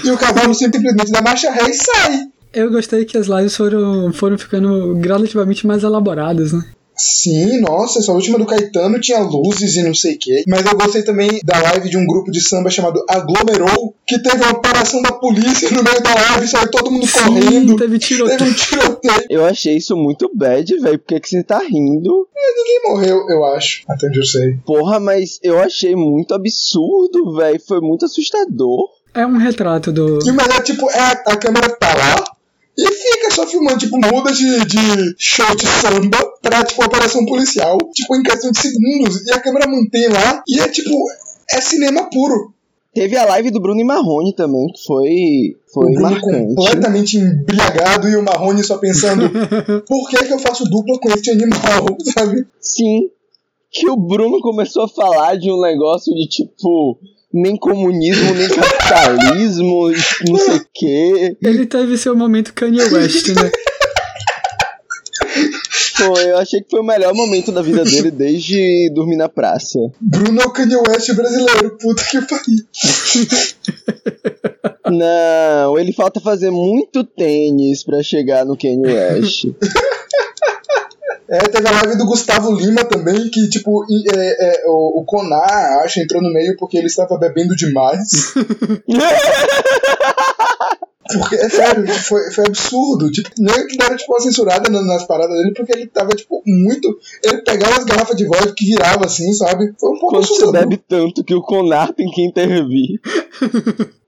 Speaker 1: E o cavalo simplesmente dá marcha ré e sai.
Speaker 4: Eu gostei que as lives foram, foram ficando gradativamente mais elaboradas, né?
Speaker 1: Sim, nossa, essa última do Caetano tinha luzes e não sei o quê. Mas eu gostei também da live de um grupo de samba chamado Aglomerou, que teve uma operação da polícia no meio da live, saiu todo mundo
Speaker 4: Sim,
Speaker 1: correndo.
Speaker 4: teve tiroteio.
Speaker 1: Teve um tiroteio.
Speaker 2: Eu achei isso muito bad, velho. Por que que você tá rindo?
Speaker 1: Ninguém morreu, eu acho. Até onde eu sei.
Speaker 2: Porra, mas eu achei muito absurdo, velho. Foi muito assustador.
Speaker 4: É um retrato do.
Speaker 1: E o melhor, tipo, é a, a câmera tá lá e fica só filmando, tipo, muda de, de show de samba pra, tipo, operação policial, tipo, em questão de segundos, e a câmera mantém lá, e é tipo, é cinema puro.
Speaker 2: Teve a live do Bruno e Marrone também, que foi,
Speaker 1: O
Speaker 2: foi
Speaker 1: Bruno
Speaker 2: marcante.
Speaker 1: Um completamente embriagado e o Marrone só
Speaker 2: [laughs]
Speaker 1: pensando, por que que eu faço dupla com este animal, [laughs] sabe?
Speaker 2: Sim. Que o Bruno começou a falar de um negócio de tipo. Nem comunismo, nem capitalismo, [laughs] não sei o quê.
Speaker 4: Ele teve seu momento Kanye West, né?
Speaker 2: Pô, eu achei que foi o melhor momento da vida dele desde dormir na praça.
Speaker 1: Bruno é o Kanye West brasileiro, puta que pariu.
Speaker 2: Não, ele falta fazer muito tênis pra chegar no Kanye
Speaker 1: [laughs]
Speaker 2: West.
Speaker 1: É, teve a live do Gustavo Lima também, que, tipo, e- é- é, o, o Conar, acho, entrou no meio porque ele estava bebendo demais. Porque, é sério, [laughs] foi, foi absurdo. Tipo, nem que deram, tipo, uma censurada na- nas paradas dele, porque ele tava, tipo, muito... Ele pegava as garrafas de vodka que virava, assim, sabe? Foi um pouco
Speaker 2: Quando você
Speaker 1: assustador.
Speaker 2: bebe tanto que o Conar tem que intervir.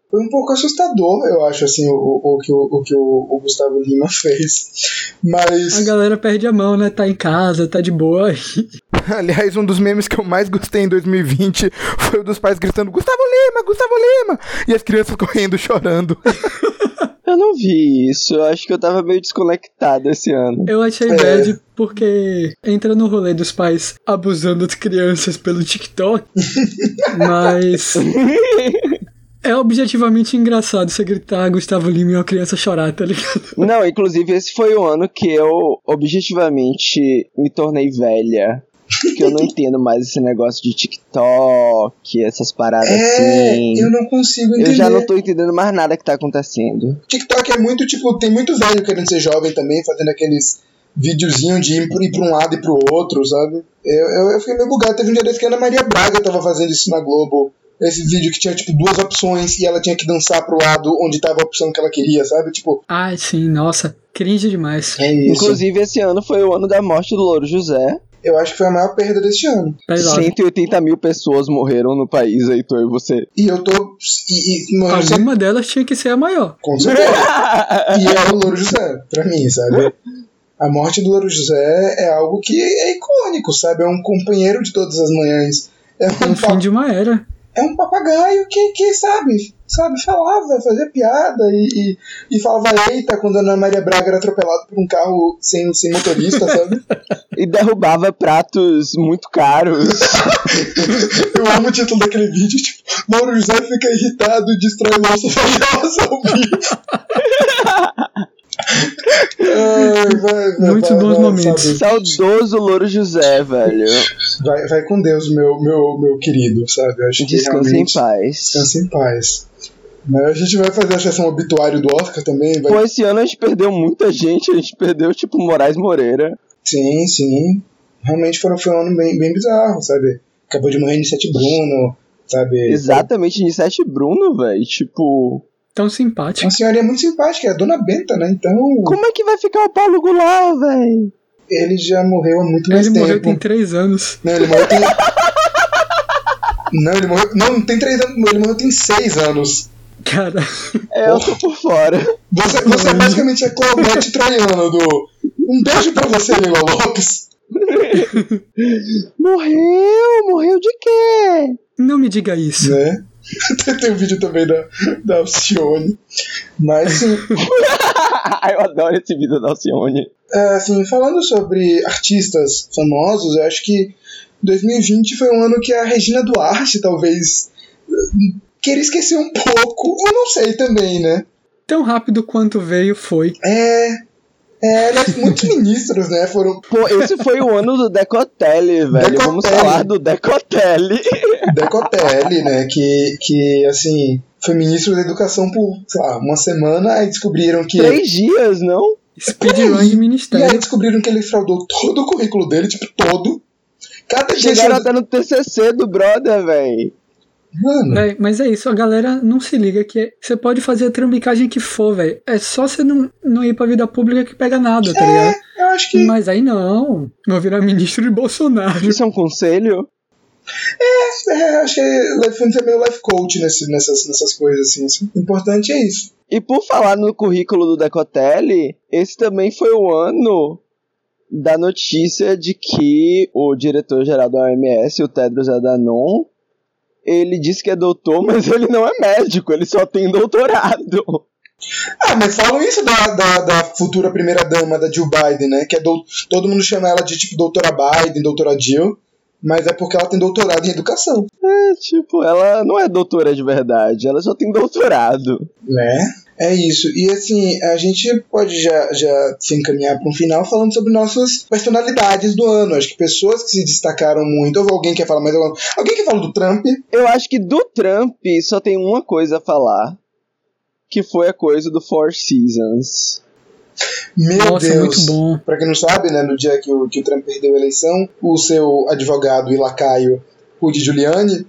Speaker 1: Foi um pouco assustador, eu acho, assim, o, o, o que, o, o que o, o Gustavo Lima [laughs] fez.
Speaker 4: A
Speaker 1: Mas...
Speaker 4: galera perde a mão, né? Tá em casa, tá de boa. [laughs]
Speaker 1: [laughs]
Speaker 3: Aliás, um dos memes que eu mais gostei em 2020
Speaker 1: [laughs]
Speaker 3: foi o dos pais gritando: Gustavo Lima, Gustavo Lima! E as crianças correndo, chorando.
Speaker 2: Eu não vi isso. Eu acho que eu tava meio desconectado esse ano.
Speaker 4: Eu achei
Speaker 1: É.
Speaker 4: bad porque entra no rolê dos pais abusando de crianças pelo TikTok,
Speaker 1: [laughs]
Speaker 4: mas é objetivamente engraçado você gritar Gustavo Lima e uma criança chorar, tá ligado?
Speaker 2: Não, inclusive esse foi o ano que eu objetivamente me tornei velha.
Speaker 1: [laughs]
Speaker 2: Porque eu não entendo mais esse negócio de TikTok, essas paradas assim.
Speaker 1: É, eu não consigo entender.
Speaker 2: Eu já não tô entendendo mais nada que tá acontecendo.
Speaker 1: TikTok é muito, tipo, tem muito velho querendo ser jovem também, fazendo aqueles videozinhos de ir, pro- ir pra um lado e pro outro, sabe? Eu, eu, eu fiquei meio bugado. Teve um dia desse que a Ana Maria Braga tava fazendo isso na Globo. Esse vídeo que tinha, tipo, duas opções e ela tinha que dançar pro lado onde tava a opção que ela queria, sabe? Tipo,
Speaker 4: Ai, sim, nossa, cringe demais.
Speaker 1: é isso.
Speaker 2: Inclusive, esse ano foi o ano da morte do Louro José.
Speaker 1: Eu acho que foi a maior perda deste ano.
Speaker 4: Pesado.
Speaker 2: 180 mil pessoas morreram no país, Heitor, e você. [laughs]
Speaker 1: E eu tô. E, e, mano,
Speaker 4: Alguma delas tinha que ser a maior.
Speaker 1: Com certeza. e é o Louro José, pra mim, sabe? A morte do Louro José é algo que é icônico, sabe? É um companheiro de todas as manhãs. É
Speaker 4: É
Speaker 1: um,
Speaker 4: o fim
Speaker 1: pa-
Speaker 4: de uma era.
Speaker 1: é um papagaio que, que sabe, sabe, falava, fazia piada e, e, e falava eita quando a Ana Maria Braga era atropelada por um carro sem, sem motorista, sabe?
Speaker 2: E derrubava pratos muito
Speaker 1: [laughs]
Speaker 2: caros.
Speaker 1: Eu amo o título daquele vídeo, tipo, Louro José fica irritado e destrói nossa famosa ao vivo. Ai, vai, vai,
Speaker 4: Muitos
Speaker 1: vai,
Speaker 4: bons
Speaker 1: vai,
Speaker 4: momentos.
Speaker 1: sabe?
Speaker 2: Saudoso Louro José, velho.
Speaker 1: Vai, vai com Deus, meu, meu, meu querido, sabe? Eu acho que
Speaker 2: Descanse em
Speaker 1: realmente-
Speaker 2: paz.
Speaker 1: Descansa em paz. Mas a gente vai fazer a sessão obituário do Oscar também? Vai...
Speaker 2: Pô, esse ano a gente perdeu muita gente. A gente perdeu, tipo, Moraes Moreira.
Speaker 1: Sim, sim. Realmente foi, foi um ano bem, bem bizarro, sabe? Acabou de morrer Nissete Bruno, sabe?
Speaker 2: Exatamente, Nissete Bruno, velho. Tipo,
Speaker 4: Tão
Speaker 1: É Uma
Speaker 4: simpático.
Speaker 1: senhorinha muito simpática, é a Dona Benta, né? Então,
Speaker 2: como é que vai ficar o Paulo Goulart, velho?
Speaker 1: ele já morreu há muito mais
Speaker 4: Ele
Speaker 1: tempo.
Speaker 4: morreu tem três anos.
Speaker 1: Não, ele morreu tem... Não, ele morreu... Não, tem três anos. Ele morreu tem seis anos.
Speaker 4: Cara,
Speaker 2: É, eu tô por fora.
Speaker 1: Você, você é basicamente a
Speaker 4: [laughs]
Speaker 1: Claudete Traiano do. Um beijo pra você, Lila Lopes.
Speaker 2: Morreu? Morreu de quê? [laughs]
Speaker 4: não me diga isso.
Speaker 1: Né? [laughs] Tem um vídeo também da, da Alcione. Mas, sim,
Speaker 2: Ah, eu adoro esse vídeo da Alcione.
Speaker 1: é, assim, falando sobre artistas famosos, eu acho que 2020 foi um ano que a Regina Duarte talvez eh, queria esquecer um pouco. Eu não sei também, né?
Speaker 4: Tão rápido quanto
Speaker 1: [laughs]
Speaker 4: veio foi.
Speaker 1: É. É, aliás, muitos
Speaker 2: [laughs]
Speaker 1: ministros, né? Foram.
Speaker 2: Pô, esse foi o ano do Decotelli, velho.
Speaker 1: Decotelli.
Speaker 2: Vamos falar do Decotelli.
Speaker 1: Decotelli, né? Que, que assim, foi ministro da educação por, sei lá, uma semana, aí descobriram que.
Speaker 2: Três dias, não?
Speaker 4: Speedrun de
Speaker 1: E aí
Speaker 4: ministério.
Speaker 1: descobriram que ele fraudou todo o currículo dele, tipo, todo. Cada dia.
Speaker 2: Chegaram
Speaker 1: tinha- um-
Speaker 2: até no TCC do brother, velho. né?
Speaker 1: Mano,
Speaker 4: Véi, mas é isso, a galera não se liga que você pode fazer a trambicagem que for, velho. É só você não, não ir pra vida pública que pega nada, tá ligado?
Speaker 1: eu acho É, que.
Speaker 4: Mas aí não. Vou virar ministro de Bolsonaro.
Speaker 2: Isso é um conselho?
Speaker 1: É, acho que Life Fund é meio life coach nesse, nessas, nessas coisas, assim. assim. O importante é isso.
Speaker 2: E por falar no currículo do Decotelli, esse também foi o ano da notícia de que o diretor-geral da OMS, o Tedros Adhanom, ele disse que é doutor, [laughs] mas ele não é médico, ele só tem doutorado.
Speaker 1: Ah, mas falam isso da, da, da futura primeira dama, da Jill Biden, né? Que é dou- todo mundo chama ela de tipo doutora Biden, doutora Jill. Mas é porque ela tem doutorado em educação.
Speaker 2: É, tipo, ela não é doutora de verdade, ela só tem doutorado.
Speaker 1: Né? É isso. E assim, a gente pode já, já se encaminhar para um final falando sobre nossas personalidades do ano. Acho que pessoas que se destacaram muito. Ou alguém quer falar mais alguma Alguém quer falar do Trump?
Speaker 2: Eu acho que do Trump só tem uma coisa a falar, que foi a coisa do Four Seasons.
Speaker 1: Meu
Speaker 4: Nossa,
Speaker 1: Deus.
Speaker 4: muito bom.
Speaker 1: Pra quem não sabe, né, no dia que o, que o Trump perdeu a eleição, o seu advogado e lacaio, Rudy Giuliani,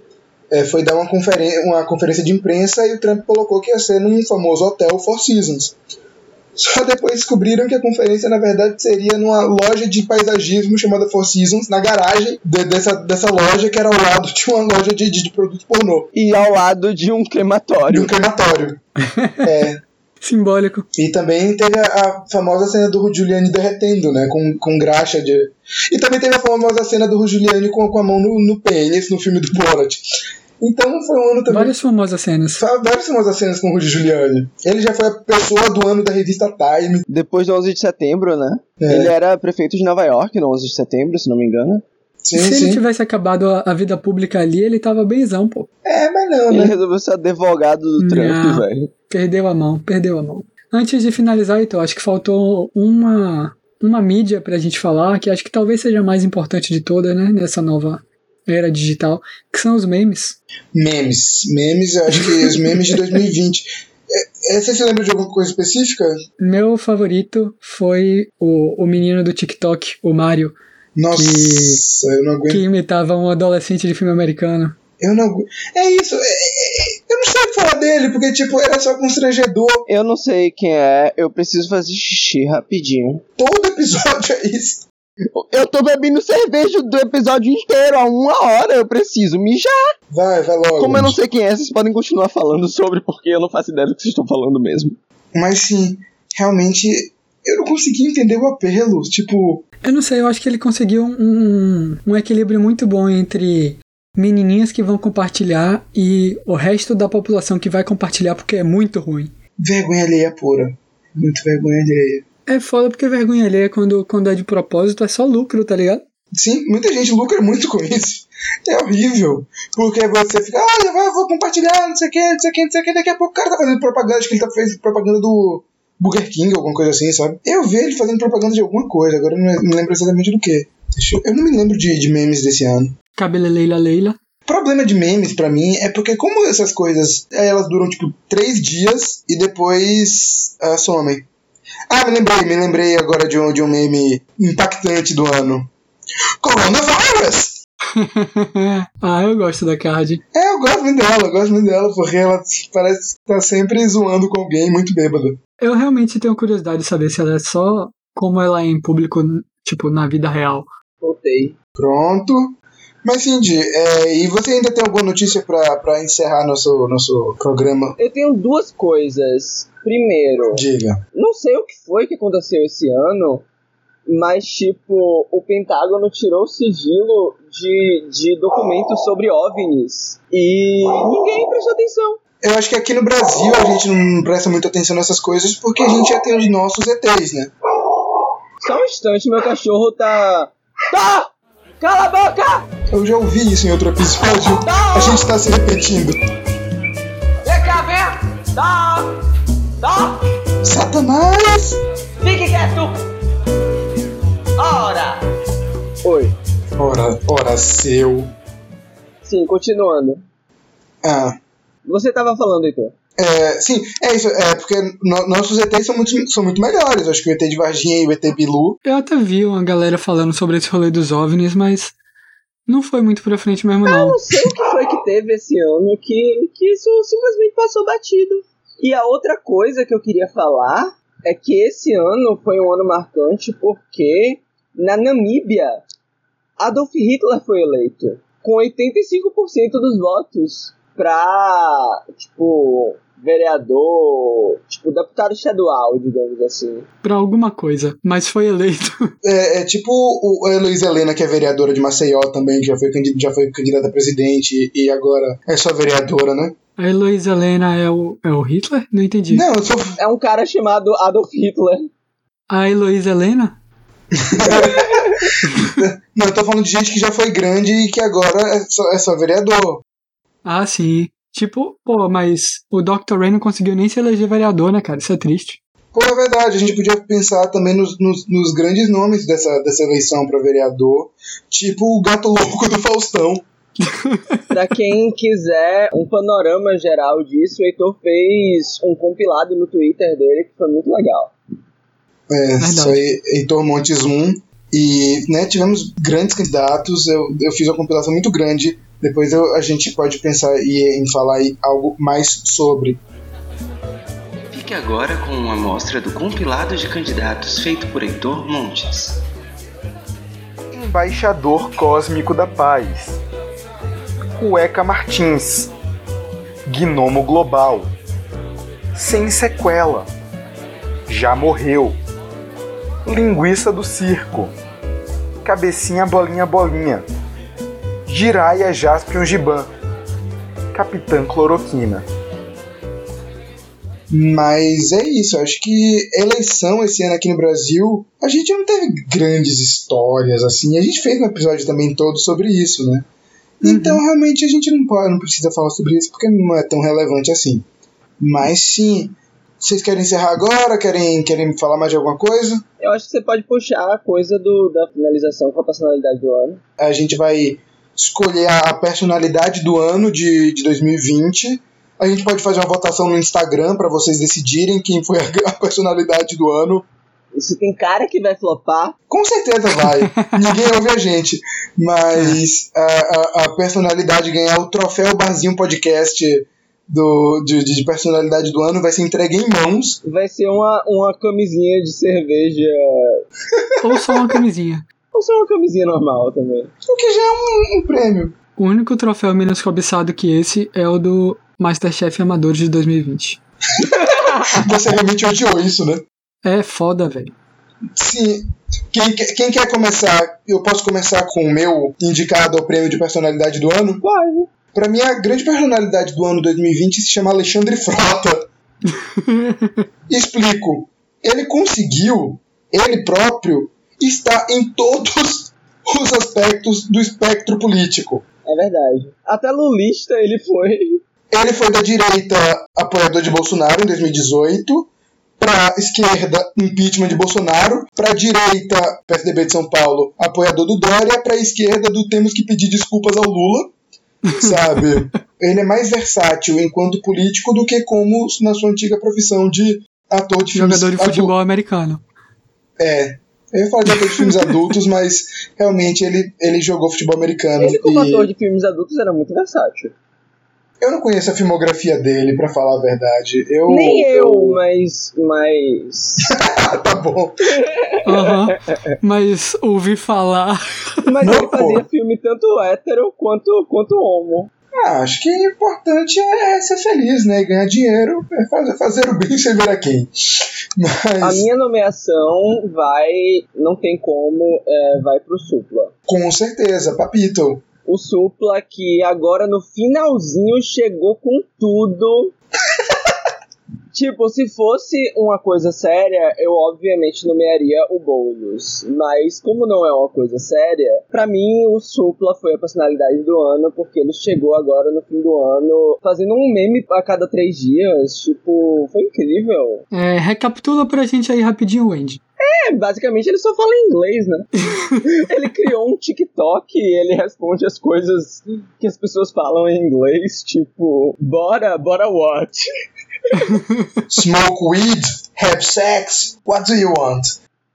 Speaker 1: eh, foi dar uma, conferen uma conferência de imprensa e o Trump colocou que ia ser num famoso hotel Four Seasons. Só depois descobriram que a conferência, na verdade, seria numa loja de paisagismo chamada Four Seasons, na garagem de- dessa, dessa loja, que era ao lado de uma loja de, de, de produto pornô,
Speaker 2: E ao lado de um
Speaker 1: de
Speaker 2: crematório.
Speaker 1: um crematório. é,
Speaker 4: Simbólico.
Speaker 1: e também teve a, a famosa cena do Giuliani derretendo, né? Com, com graxa de. E também teve a famosa cena do Giuliani com, com a mão no, no pênis no filme do Borat. Então foi um ano também.
Speaker 4: Várias famosas cenas.
Speaker 1: Sabe, Várias famosas cenas com o Rudy Giuliani. Ele já foi a pessoa do ano da revista Time.
Speaker 2: Depois do 11 de setembro, né?
Speaker 1: É.
Speaker 2: Ele era prefeito de Nova York no 11 de setembro, se não me engano.
Speaker 1: Sim,
Speaker 4: Se ele
Speaker 1: sim.
Speaker 4: tivesse acabado a, a vida pública ali, ele tava benzão, pô.
Speaker 1: É, mas não,
Speaker 2: Ele
Speaker 1: né?
Speaker 2: resolveu ser advogado do
Speaker 4: Não.
Speaker 2: Trump, velho.
Speaker 4: Perdeu a mão, perdeu a mão. Antes de finalizar, então, acho que faltou uma, uma mídia pra gente falar, que acho que talvez seja a mais importante de toda, né? Nessa nova era digital, que são os memes.
Speaker 1: Memes. Memes, eu acho que os memes de 2020. É, é, você se lembra de alguma coisa específica?
Speaker 4: Meu favorito foi o, o menino do TikTok, o Mario,
Speaker 1: Nossa, eu não aguento.
Speaker 4: que imitava um adolescente de filme americano.
Speaker 1: Eu não aguento. É isso. é- é- é- eu não sei falar dele, porque, tipo, era só constrangedor.
Speaker 2: Eu não sei quem é, eu preciso fazer xixi rapidinho.
Speaker 1: Todo episódio é isso.
Speaker 2: Eu tô bebendo cerveja do episódio inteiro, há uma hora eu preciso mijar.
Speaker 1: Vai, vai logo.
Speaker 2: Como eu não sei quem é, vocês podem continuar falando sobre, porque eu não faço ideia do que vocês estão falando mesmo.
Speaker 1: Mas sim, realmente eu não consegui entender o apelo. Tipo,
Speaker 4: Eu não sei, eu acho que ele conseguiu um, um- um equilíbrio muito bom entre menininhas que vão compartilhar e o resto da população que vai compartilhar porque é muito ruim.
Speaker 1: vergonha alheia pura. Muito vergonha alheia.
Speaker 4: É foda porque vergonha alheia quando, quando é de propósito é só lucro, tá ligado?
Speaker 1: Sim, muita gente lucra muito com isso. É horrível. Porque você fica, ah, eu vou- eu vou compartilhar, não sei o que, não sei o que, não sei o que. Daqui a pouco o cara tá fazendo propaganda, acho que ele tá fazendo propaganda do Burger King, alguma coisa assim, sabe? Eu vi ele fazendo propaganda de alguma coisa, agora eu não me lembro exatamente do que. Eu, eu não me lembro de, de memes desse ano.
Speaker 4: Cabelo é Leila Leila. [laughs]
Speaker 1: problema de memes pra mim é porque como essas coisas eh, elas duram tipo três dias e depois ah, somem. Ah, me lembrei, me lembrei agora de um, de um meme impactante do ano. Coronavirus!
Speaker 4: ah, eu gosto da card.
Speaker 1: É, eu gosto muito dela, eu gosto muito dela, porque ela parece que tá sempre zoando com alguém muito bêbado.
Speaker 4: Eu realmente tenho curiosidade de saber se ela é só como ela é em público, tipo, na vida real.
Speaker 2: Voltei.
Speaker 1: Pronto. Mas Cindy, eh, e você ainda tem alguma notícia pra pra encerrar nosso, nosso programa?
Speaker 2: Eu tenho duas coisas. Primeiro,
Speaker 1: Diga.
Speaker 2: não sei o que foi que aconteceu esse ano, mas, tipo, o Pentágono tirou o sigilo de, de documentos sobre OVNIs. E ninguém prestou atenção.
Speaker 1: Eu acho que aqui no Brasil a gente não presta muita atenção nessas coisas porque a gente já tem os nossos ETs, né?
Speaker 2: Só um instante, meu cachorro tá. Tá! Cala a boca!
Speaker 1: Eu já ouvi isso em outro episódio. A gente tá se repetindo.
Speaker 2: Vem cá, vem! Tá! Tá!
Speaker 1: Satanás!
Speaker 2: Fique quieto! Ora! Oi.
Speaker 1: Ora, ora seu.
Speaker 2: Sim, continuando.
Speaker 1: Ah.
Speaker 2: Você tava falando, Heitor.
Speaker 1: É, sim, é isso. É porque no- nossos ETs são muito, são muito melhores. Acho que o ET de Varginha e o ET Bilu.
Speaker 4: Eu até vi uma galera falando sobre esse rolê dos OVNIs, mas não foi muito pra frente mesmo, não.
Speaker 2: não sei o que foi que teve esse ano que, que isso simplesmente passou batido. E a outra coisa que eu queria falar é que esse ano foi um ano marcante porque na Namíbia Adolf Hitler foi eleito com 85% dos votos pra, tipo, vereador, tipo, deputado estadual, digamos assim.
Speaker 4: Pra alguma coisa, mas foi eleito. [laughs]
Speaker 1: É, é tipo o, a Heloísa Helena, que é vereadora de Maceió também, que já foi, candid- já foi candidata a presidente e agora é só vereadora, né?
Speaker 4: A Heloísa Helena é o, é o Hitler? Não entendi.
Speaker 1: Não, eu sou.
Speaker 2: É um cara chamado Adolf Hitler.
Speaker 4: A Heloísa Helena?
Speaker 1: Não, eu tô falando de gente que já foi grande e que agora é só, é só vereador.
Speaker 4: Ah, sim. Tipo, pô, mas o Dr. Ray não conseguiu nem se eleger vereador, né, cara? Isso é triste.
Speaker 1: Pô, é verdade, a gente podia pensar também nos, nos- nos grandes nomes dessa, dessa eleição para vereador, tipo o gato louco do Faustão.
Speaker 2: Pra quem quiser um panorama geral disso, o Heitor fez um compilado no Twitter dele que foi muito legal.
Speaker 1: É,
Speaker 4: Verdade.
Speaker 1: isso aí, Heitor Montes 1. E né, tivemos grandes candidatos, eu, eu fiz uma compilação muito grande, depois eu- a gente pode pensar e, em falar aí algo mais sobre.
Speaker 5: Fique agora com uma amostra do compilado de candidatos feito por Heitor Montes.
Speaker 3: Embaixador Cósmico da Paz. Cueca Martins. Gnomo Global. Sem sequela. Já morreu. Linguiça do circo. Cabecinha bolinha bolinha. Jiraya Jaspion Giban. Capitã Cloroquina.
Speaker 1: Mas é isso, eu acho que eleição esse ano aqui no Brasil, a gente não teve grandes histórias assim. A gente fez um episódio também todo sobre isso, né? Então realmente a gente não pode, não precisa falar sobre isso porque não é tão relevante assim. Mas sim, vocês querem encerrar agora? Querem, querem falar mais de alguma coisa?
Speaker 6: Eu acho que você pode puxar a coisa do, da finalização com a personalidade do ano.
Speaker 1: A gente vai escolher a personalidade do ano de, de 2020. A gente pode fazer uma votação no Instagram para vocês decidirem quem foi a, a personalidade do ano.
Speaker 6: Isso tem cara que vai flopar.
Speaker 1: Com certeza vai. Ninguém ouve a gente. Mas a, a, a personalidade ganhar o troféu Barzinho Podcast do, de, de personalidade do ano vai ser entregue em mãos.
Speaker 6: Vai ser uma, uma camisinha de cerveja.
Speaker 4: Ou só uma camisinha.
Speaker 6: Ou só uma camisinha normal também.
Speaker 1: O que já é um, um prêmio.
Speaker 4: O único troféu menos cobiçado que esse é o do Masterchef Amadores de 2020.
Speaker 1: Você realmente odiou isso, né?
Speaker 4: É foda, velho.
Speaker 1: Sim. Quem, quem quer começar? Eu posso começar com o meu indicado ao prêmio de personalidade do ano?
Speaker 6: Vai. né?
Speaker 1: Pra mim, a grande personalidade do ano 2020 se chama Alexandre Frota. Explico. Ele conseguiu, ele próprio, estar em todos os aspectos do espectro político.
Speaker 6: É verdade. Até lulista ele foi.
Speaker 1: Ele foi da direita apoiador de Bolsonaro em 2018, pra esquerda impeachment de Bolsonaro, pra direita PSDB de São Paulo apoiador do Dória, pra esquerda do temos que pedir desculpas ao
Speaker 4: [laughs]
Speaker 1: Lula sabe? Ele é mais versátil enquanto político do que como na sua antiga profissão de ator de filmes
Speaker 4: Jogador de futebol americano.
Speaker 1: É. Eu ia falar de ator de
Speaker 4: [laughs]
Speaker 1: filmes adultos, mas realmente ele, ele jogou futebol americano.
Speaker 6: Ele, como
Speaker 1: e
Speaker 6: ator de filmes adultos, era muito versátil.
Speaker 1: Eu não conheço a filmografia dele, pra falar a verdade. Eu,
Speaker 6: Nem eu, mas. mas... [laughs]
Speaker 1: Ah, [laughs] tá bom.
Speaker 4: Aham. Mas ouvi falar.
Speaker 6: Mas
Speaker 1: Não,
Speaker 6: ele fazia
Speaker 1: pô.
Speaker 6: filme tanto hétero quanto, quanto homo.
Speaker 1: Ah, acho que o importante é ser feliz, né? E ganhar dinheiro, é fazer, fazer o bem sem ver a quem.
Speaker 6: A
Speaker 1: Mas
Speaker 6: minha nomeação vai. Não tem como, é, vai pro Supla.
Speaker 1: com certeza, Papito.
Speaker 6: O Supla que agora no finalzinho chegou com tudo. tipo, se fosse uma coisa séria, eu obviamente nomearia o Boulos. Mas como não é uma coisa séria, pra mim o Supla foi a personalidade do ano, porque ele chegou agora no fim do ano fazendo um meme a cada três dias. Tipo, foi incrível.
Speaker 4: É, recapitula pra gente aí rapidinho, Wendy.
Speaker 6: É, [laughs] basicamente ele só fala inglês, né? ele criou um TikTok e ele responde as coisas que as pessoas falam em inglês, tipo, bora, bora what?
Speaker 1: Smoke weed, have sex, what do you want?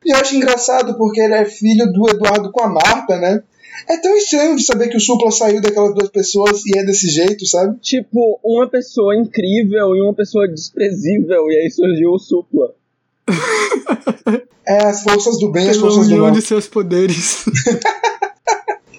Speaker 1: E eu acho engraçado porque ele é filho do Eduardo com a Marta, né? É tão estranho de saber que o Supla saiu daquelas duas pessoas e é desse jeito, sabe?
Speaker 6: Tipo, uma pessoa incrível e uma pessoa desprezível, e aí surgiu o Supla.
Speaker 1: É as forças do bem, as
Speaker 4: Pela
Speaker 1: forças do
Speaker 4: união
Speaker 1: mal.
Speaker 4: um de seus poderes. [laughs]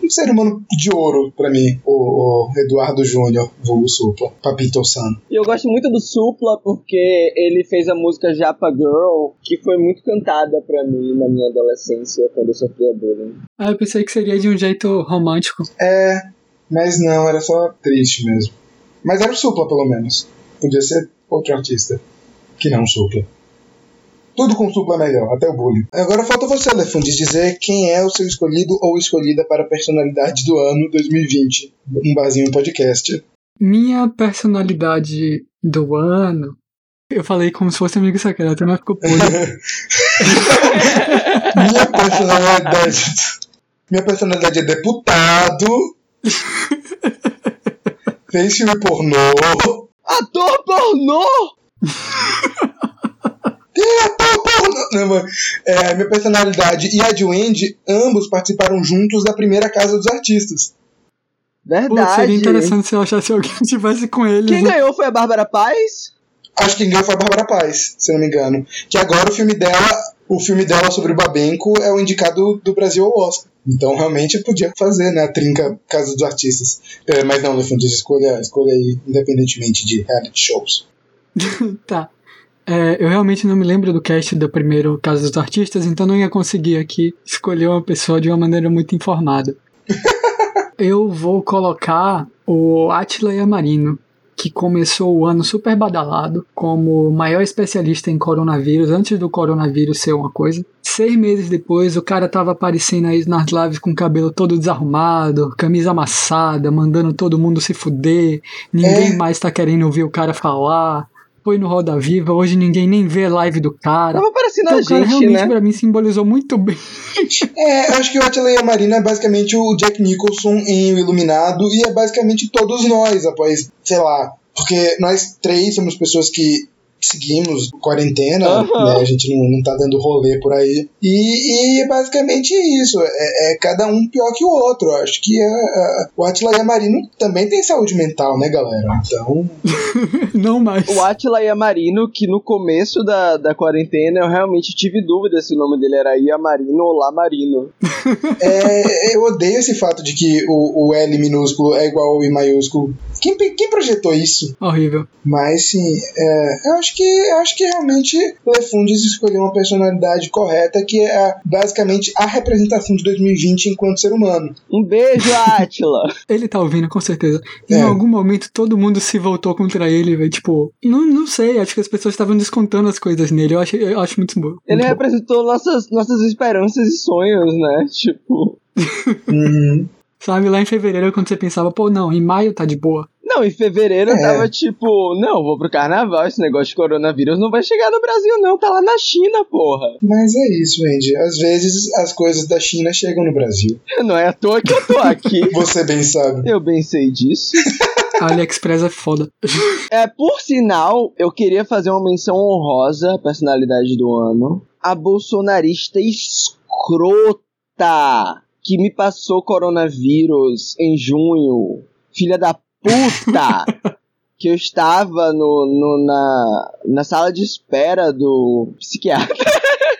Speaker 1: Um ser humano de ouro pra mim, o, o Eduardo Júnior, vulgo Supla, Papito San.
Speaker 6: E eu gosto muito do Supla porque ele fez a música Japa Girl, que foi muito cantada pra mim na minha adolescência, quando eu sofria bullying.
Speaker 4: ah, eu pensei que seria de um jeito romântico.
Speaker 1: É, mas não, era só triste mesmo. Mas era o Supla, pelo menos. Podia ser outro artista, que não o Supla. Tudo com Supla é melhor, até o bullying. Agora falta você, Elefante, dizer quem é o seu escolhido ou escolhida para a personalidade do ano 2020. Um barzinho podcast.
Speaker 4: Minha personalidade do ano. Eu falei como se fosse amigo secreto, mas ficou podre.
Speaker 1: Minha personalidade. Minha personalidade é deputado. Fez filme pornô.
Speaker 6: Ator pornô!
Speaker 1: Diretor pornô. Não, mano. É, minha personalidade e a de Wendy, ambos participaram juntos da primeira Casa dos Artistas.
Speaker 4: Pô,
Speaker 6: Verdade.
Speaker 4: seria é interessante se eu achasse alguém que estivesse com eles.
Speaker 6: Quem
Speaker 4: né?
Speaker 6: ganhou foi a Bárbara Paz?
Speaker 1: Acho que quem ganhou foi a Bárbara Paz, se eu não me engano. Que agora o filme dela, o filme dela sobre o Babenco é o indicado do Brasil ao Oscar. Então realmente podia fazer, né? A trinca Casa dos Artistas. É, mas não, Lefantes, escolha, escolha aí, independentemente de reality shows.
Speaker 4: Tá. É, eu realmente não me lembro do cast do primeiro Casa dos Artistas, então não ia conseguir aqui escolher uma pessoa de uma maneira muito informada. eu vou colocar o Attila Yamarino, que começou o ano super badalado como o maior especialista em coronavírus, antes do coronavírus ser uma coisa. Seis meses depois, o cara tava aparecendo aí nas lives com o cabelo todo desarrumado, camisa amassada, mandando todo mundo se fuder, ninguém
Speaker 1: É.
Speaker 4: mais tá querendo ouvir o cara falar. Foi no Roda Viva, hoje ninguém nem vê live do cara.
Speaker 2: Tava parecendo
Speaker 4: Então,
Speaker 2: a
Speaker 4: o cara
Speaker 2: gente,
Speaker 4: realmente
Speaker 2: né?
Speaker 4: pra mim simbolizou muito bem. [laughs]
Speaker 1: É, eu acho que o Attila e a Marina é basicamente o Jack Nicholson em O Iluminado e é basicamente todos nós após, sei lá, porque nós três somos pessoas que seguimos quarentena,
Speaker 2: Aham.
Speaker 1: né, a gente não, não tá dando rolê por aí. E, e é basicamente isso, é, é cada um pior que o outro. Eu acho que a- a- o Attila e a Marina também tem saúde mental, né, galera? Então,
Speaker 4: Não mais.
Speaker 2: O Atila Iamarino, que no começo da, da quarentena eu realmente tive dúvida se o nome dele era Iamarino ou Lamarino.
Speaker 1: é, eu odeio esse fato de que o, o L minúsculo é igual ao I maiúsculo. Quem, pe- quem projetou isso?
Speaker 4: Horrível.
Speaker 1: Mas sim, é, eu acho que eu acho que realmente Lefundis escolheu uma personalidade correta que é a- basicamente a representação de 2020 enquanto ser humano.
Speaker 2: Um beijo, [laughs] Atila!
Speaker 4: Ele tá ouvindo, com certeza.
Speaker 1: É.
Speaker 4: Em algum momento todo mundo se voltou contra ele, velho. Tipo, não, não sei, acho que as pessoas estavam descontando as coisas nele. Eu acho, eu acho muito bom.
Speaker 2: Ele é-
Speaker 4: muito bom.
Speaker 2: representou nossas, nossas esperanças e sonhos, né? Tipo.
Speaker 4: Sabe, lá em fevereiro, quando você pensava, pô, não, em maio tá de boa.
Speaker 2: Não, em fevereiro eu
Speaker 1: É.
Speaker 2: tava tipo, não, vou pro carnaval, esse negócio de coronavírus não vai chegar no Brasil, não, tá lá na China, porra.
Speaker 1: Mas é isso, Andy. Às vezes as coisas da China chegam no Brasil.
Speaker 2: Não é à toa que eu tô aqui.
Speaker 1: Você bem sabe.
Speaker 2: Eu bem sei disso.
Speaker 4: A AliExpress é foda.
Speaker 2: É, por sinal, eu queria fazer uma menção honrosa à personalidade do ano. A bolsonarista escrota que me passou coronavírus em junho. Filha da puta! que eu estava no, no- na, na sala de espera do psiquiatra. [laughs]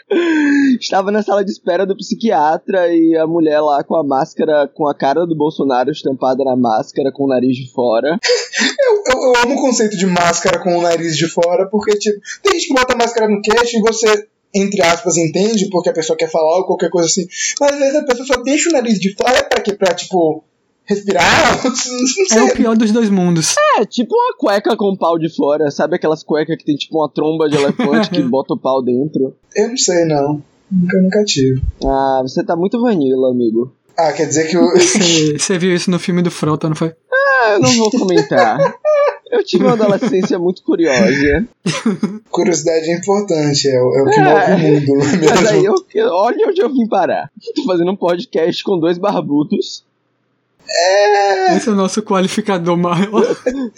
Speaker 2: Estava na sala de espera do psiquiatra e a mulher lá com a máscara, com a cara do Bolsonaro estampada na máscara, com o nariz de fora.
Speaker 1: Eu, eu- eu amo o conceito de máscara com o nariz de fora, porque, tipo, tem gente que bota máscara no queixo e você. Entre aspas, entende, porque a pessoa quer falar ou qualquer coisa assim. Mas às vezes a pessoa só deixa o nariz de fora pra quê? Pra, tipo, respirar? [laughs] Não sei.
Speaker 4: É o pior dos dois mundos.
Speaker 2: É tipo uma cueca com pau de fora, sabe aquelas cuecas que tem tipo uma tromba de elefante que bota o pau dentro?
Speaker 1: Eu não sei, não. Nunca, nunca tive.
Speaker 2: Ah, você tá muito vanilla, amigo.
Speaker 1: Ah, quer dizer que eu.
Speaker 4: Você você viu isso no filme do Frota, não foi?
Speaker 2: Ah, eu não vou comentar. Eu tive uma adolescência muito curiosa.
Speaker 1: [laughs] Curiosidade é importante, é, o é o que
Speaker 2: É.
Speaker 1: move o mundo, não é
Speaker 2: Mas aí
Speaker 1: mesmo?
Speaker 2: eu, eu- olha onde eu vim parar. Tô fazendo um podcast com dois barbudos.
Speaker 4: Esse é o nosso qualificador maior.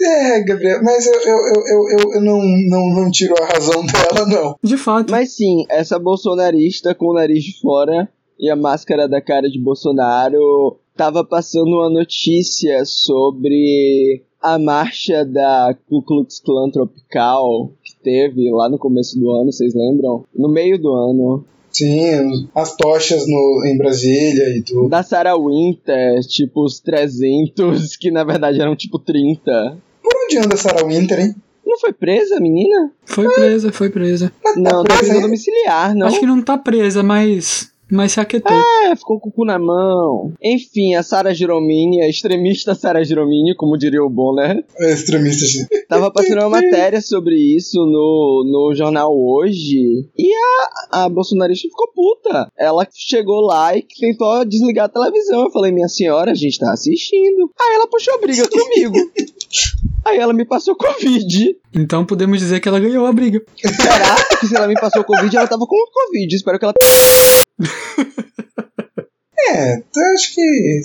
Speaker 1: É, Gabriel, mas eu, eu, eu, eu, eu- eu não, não, não tiro a razão [laughs] dela, não.
Speaker 4: De fato.
Speaker 2: Mas sim, essa bolsonarista com o nariz de fora e a máscara da cara de Bolsonaro tava passando uma notícia sobre a marcha da Ku Klux Klan Tropical que teve lá no começo do ano, vocês lembram? No meio do ano.
Speaker 1: Sim, as tochas no, em Brasília e tudo.
Speaker 2: Da Sarah Winter, tipo os 300, [laughs] que na verdade eram tipo 30.
Speaker 1: Por onde anda a Sarah Winter, hein?
Speaker 2: Não foi presa, menina?
Speaker 4: Foi presa, foi presa.
Speaker 2: Não, tá
Speaker 1: presa,
Speaker 2: prisão
Speaker 1: hein?
Speaker 2: domiciliar, não.
Speaker 4: Acho que não tá presa, mas. Mas se aquietou.
Speaker 2: É, ficou com o cu na mão. Enfim, a Sara Giromini, a extremista Sara Giromini, como diria o Bonner,
Speaker 1: Extremista. X.
Speaker 2: tava passando uma matéria sobre isso no, no jornal hoje. E a, a bolsonarista ficou puta. Ela chegou lá e tentou desligar a televisão. Eu falei, minha senhora, a gente tá assistindo. Aí ela puxou briga comigo. Aí ela me passou Covid.
Speaker 4: Então podemos dizer que ela ganhou a briga.
Speaker 2: Será que se ela me passou Covid, ela tava com Covid? Espero que ela.
Speaker 1: É, eu acho que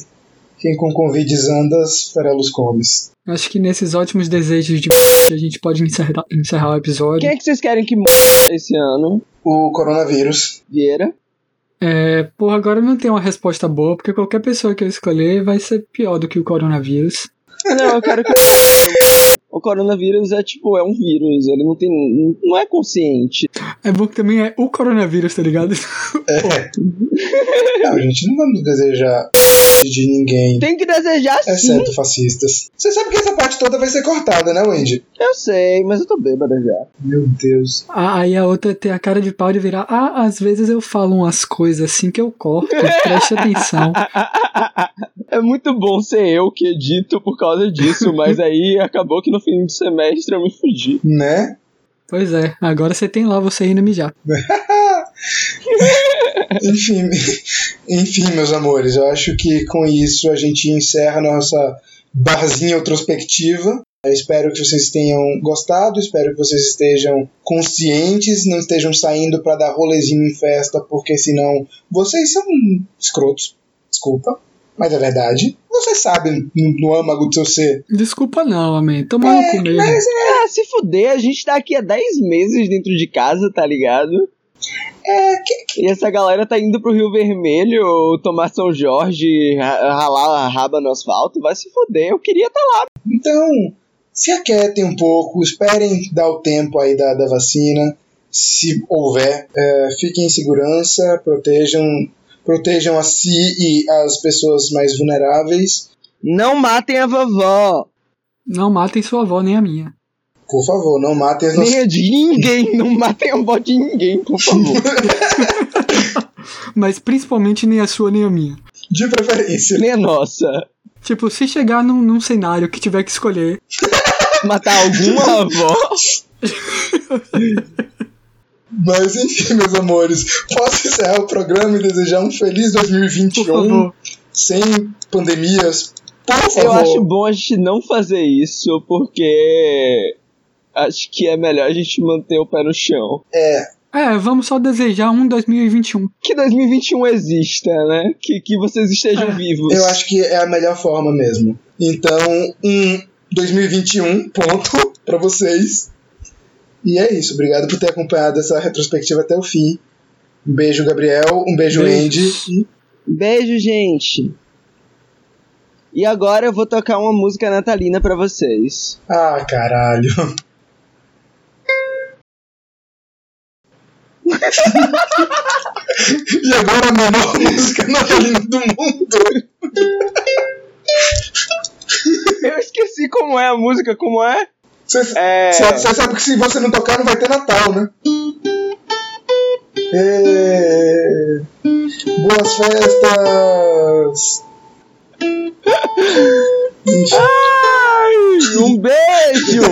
Speaker 1: quem com convides andas, farelos comes.
Speaker 4: Acho que nesses ótimos desejos de a gente pode encerrar, encerrar o episódio.
Speaker 2: Quem é que vocês querem que morra esse ano?
Speaker 1: O
Speaker 2: [laughs]
Speaker 1: coronavírus.
Speaker 2: Vieira?
Speaker 4: É, porra, agora eu não tem uma resposta boa, porque qualquer pessoa que eu escolher vai ser pior do que o coronavírus.
Speaker 2: Não, eu quero que. O coronavírus é tipo, é um vírus, ele não tem. não é consciente.
Speaker 4: É bom que também é o coronavírus, tá ligado? [laughs]
Speaker 1: Não, gente, não vamos desejar de ninguém.
Speaker 2: Tem que desejar sim.
Speaker 1: Exceto fascistas. Você sabe que essa parte toda vai ser cortada, né, Wendy?
Speaker 2: Eu sei, mas eu tô bêbada já.
Speaker 1: Meu Deus.
Speaker 4: Ah, Aí a outra tem a cara de pau de virar. Ah, às vezes eu falo umas coisas assim que eu corto, preste atenção.
Speaker 2: [laughs] É muito bom ser eu que edito por causa disso, mas aí acabou que no fim do semestre eu me fudi.
Speaker 1: Né?
Speaker 4: Pois é, agora você tem lá você indo mijar.
Speaker 1: [laughs] Enfim, enfim, meus amores, eu acho que com isso a gente encerra a nossa barzinha introspectiva. Eu espero que vocês tenham gostado, espero que vocês estejam conscientes, não estejam saindo para dar rolezinho em festa, porque senão vocês são escrotos. Desculpa, mas é verdade. Vocês sabem no no âmago do seu ser.
Speaker 4: Desculpa não, amém. Toma no cu mesmo.
Speaker 1: Mas
Speaker 2: Ah, se fuder, a gente tá aqui há 10 meses dentro de casa, tá ligado?
Speaker 1: é, é que,
Speaker 2: E essa galera tá indo pro Rio Vermelho tomar São Jorge, ra- ralar a raba no asfalto, vai se fuder. Eu queria tá
Speaker 1: Então, se aquietem um pouco, esperem dar o tempo aí da, da vacina, se houver. É, fiquem em segurança, protejam, protejam a si e as pessoas mais vulneráveis,
Speaker 2: Não matem a vovó!
Speaker 4: Não matem sua avó nem a minha.
Speaker 1: por favor, não matem as
Speaker 2: Nem
Speaker 1: nossas.
Speaker 2: a de ninguém! Não matem a vovó de ninguém, por
Speaker 1: [laughs]
Speaker 2: favor!
Speaker 4: Mas principalmente nem a sua nem a minha.
Speaker 1: De preferência.
Speaker 2: Nem a nossa!
Speaker 4: Tipo, se chegar num, num cenário que tiver que escolher,
Speaker 2: Matar alguma avó?
Speaker 1: Mas enfim, meus amores, posso encerrar o programa e desejar um feliz
Speaker 4: por
Speaker 1: 2021
Speaker 4: favor.
Speaker 1: sem pandemias. Por favor.
Speaker 2: Eu acho bom a gente não fazer isso, porque. Acho que é melhor a gente manter o pé no chão.
Speaker 4: É, vamos só desejar um 2021.
Speaker 2: Que 2021 exista, né? Que, que vocês estejam
Speaker 4: É,
Speaker 2: vivos.
Speaker 1: Ah, Eu acho que é a melhor forma mesmo. Então, um 2021, ponto, [laughs] pra vocês. E é isso. Obrigado por ter acompanhado essa retrospectiva até o fim. Um beijo, Gabriel. Um beijo,
Speaker 4: Beijos.
Speaker 1: Andy.
Speaker 2: Beijo, gente. E agora eu vou tocar uma música natalina pra vocês.
Speaker 1: Ah, caralho. [laughs] e agora a menor música natalina do mundo.
Speaker 2: Eu esqueci como é a música, como é?
Speaker 1: Você
Speaker 2: É.
Speaker 1: sabe que se você não tocar, não vai ter Natal, né? É... Boas festas!
Speaker 2: [laughs] Ai, um beijo!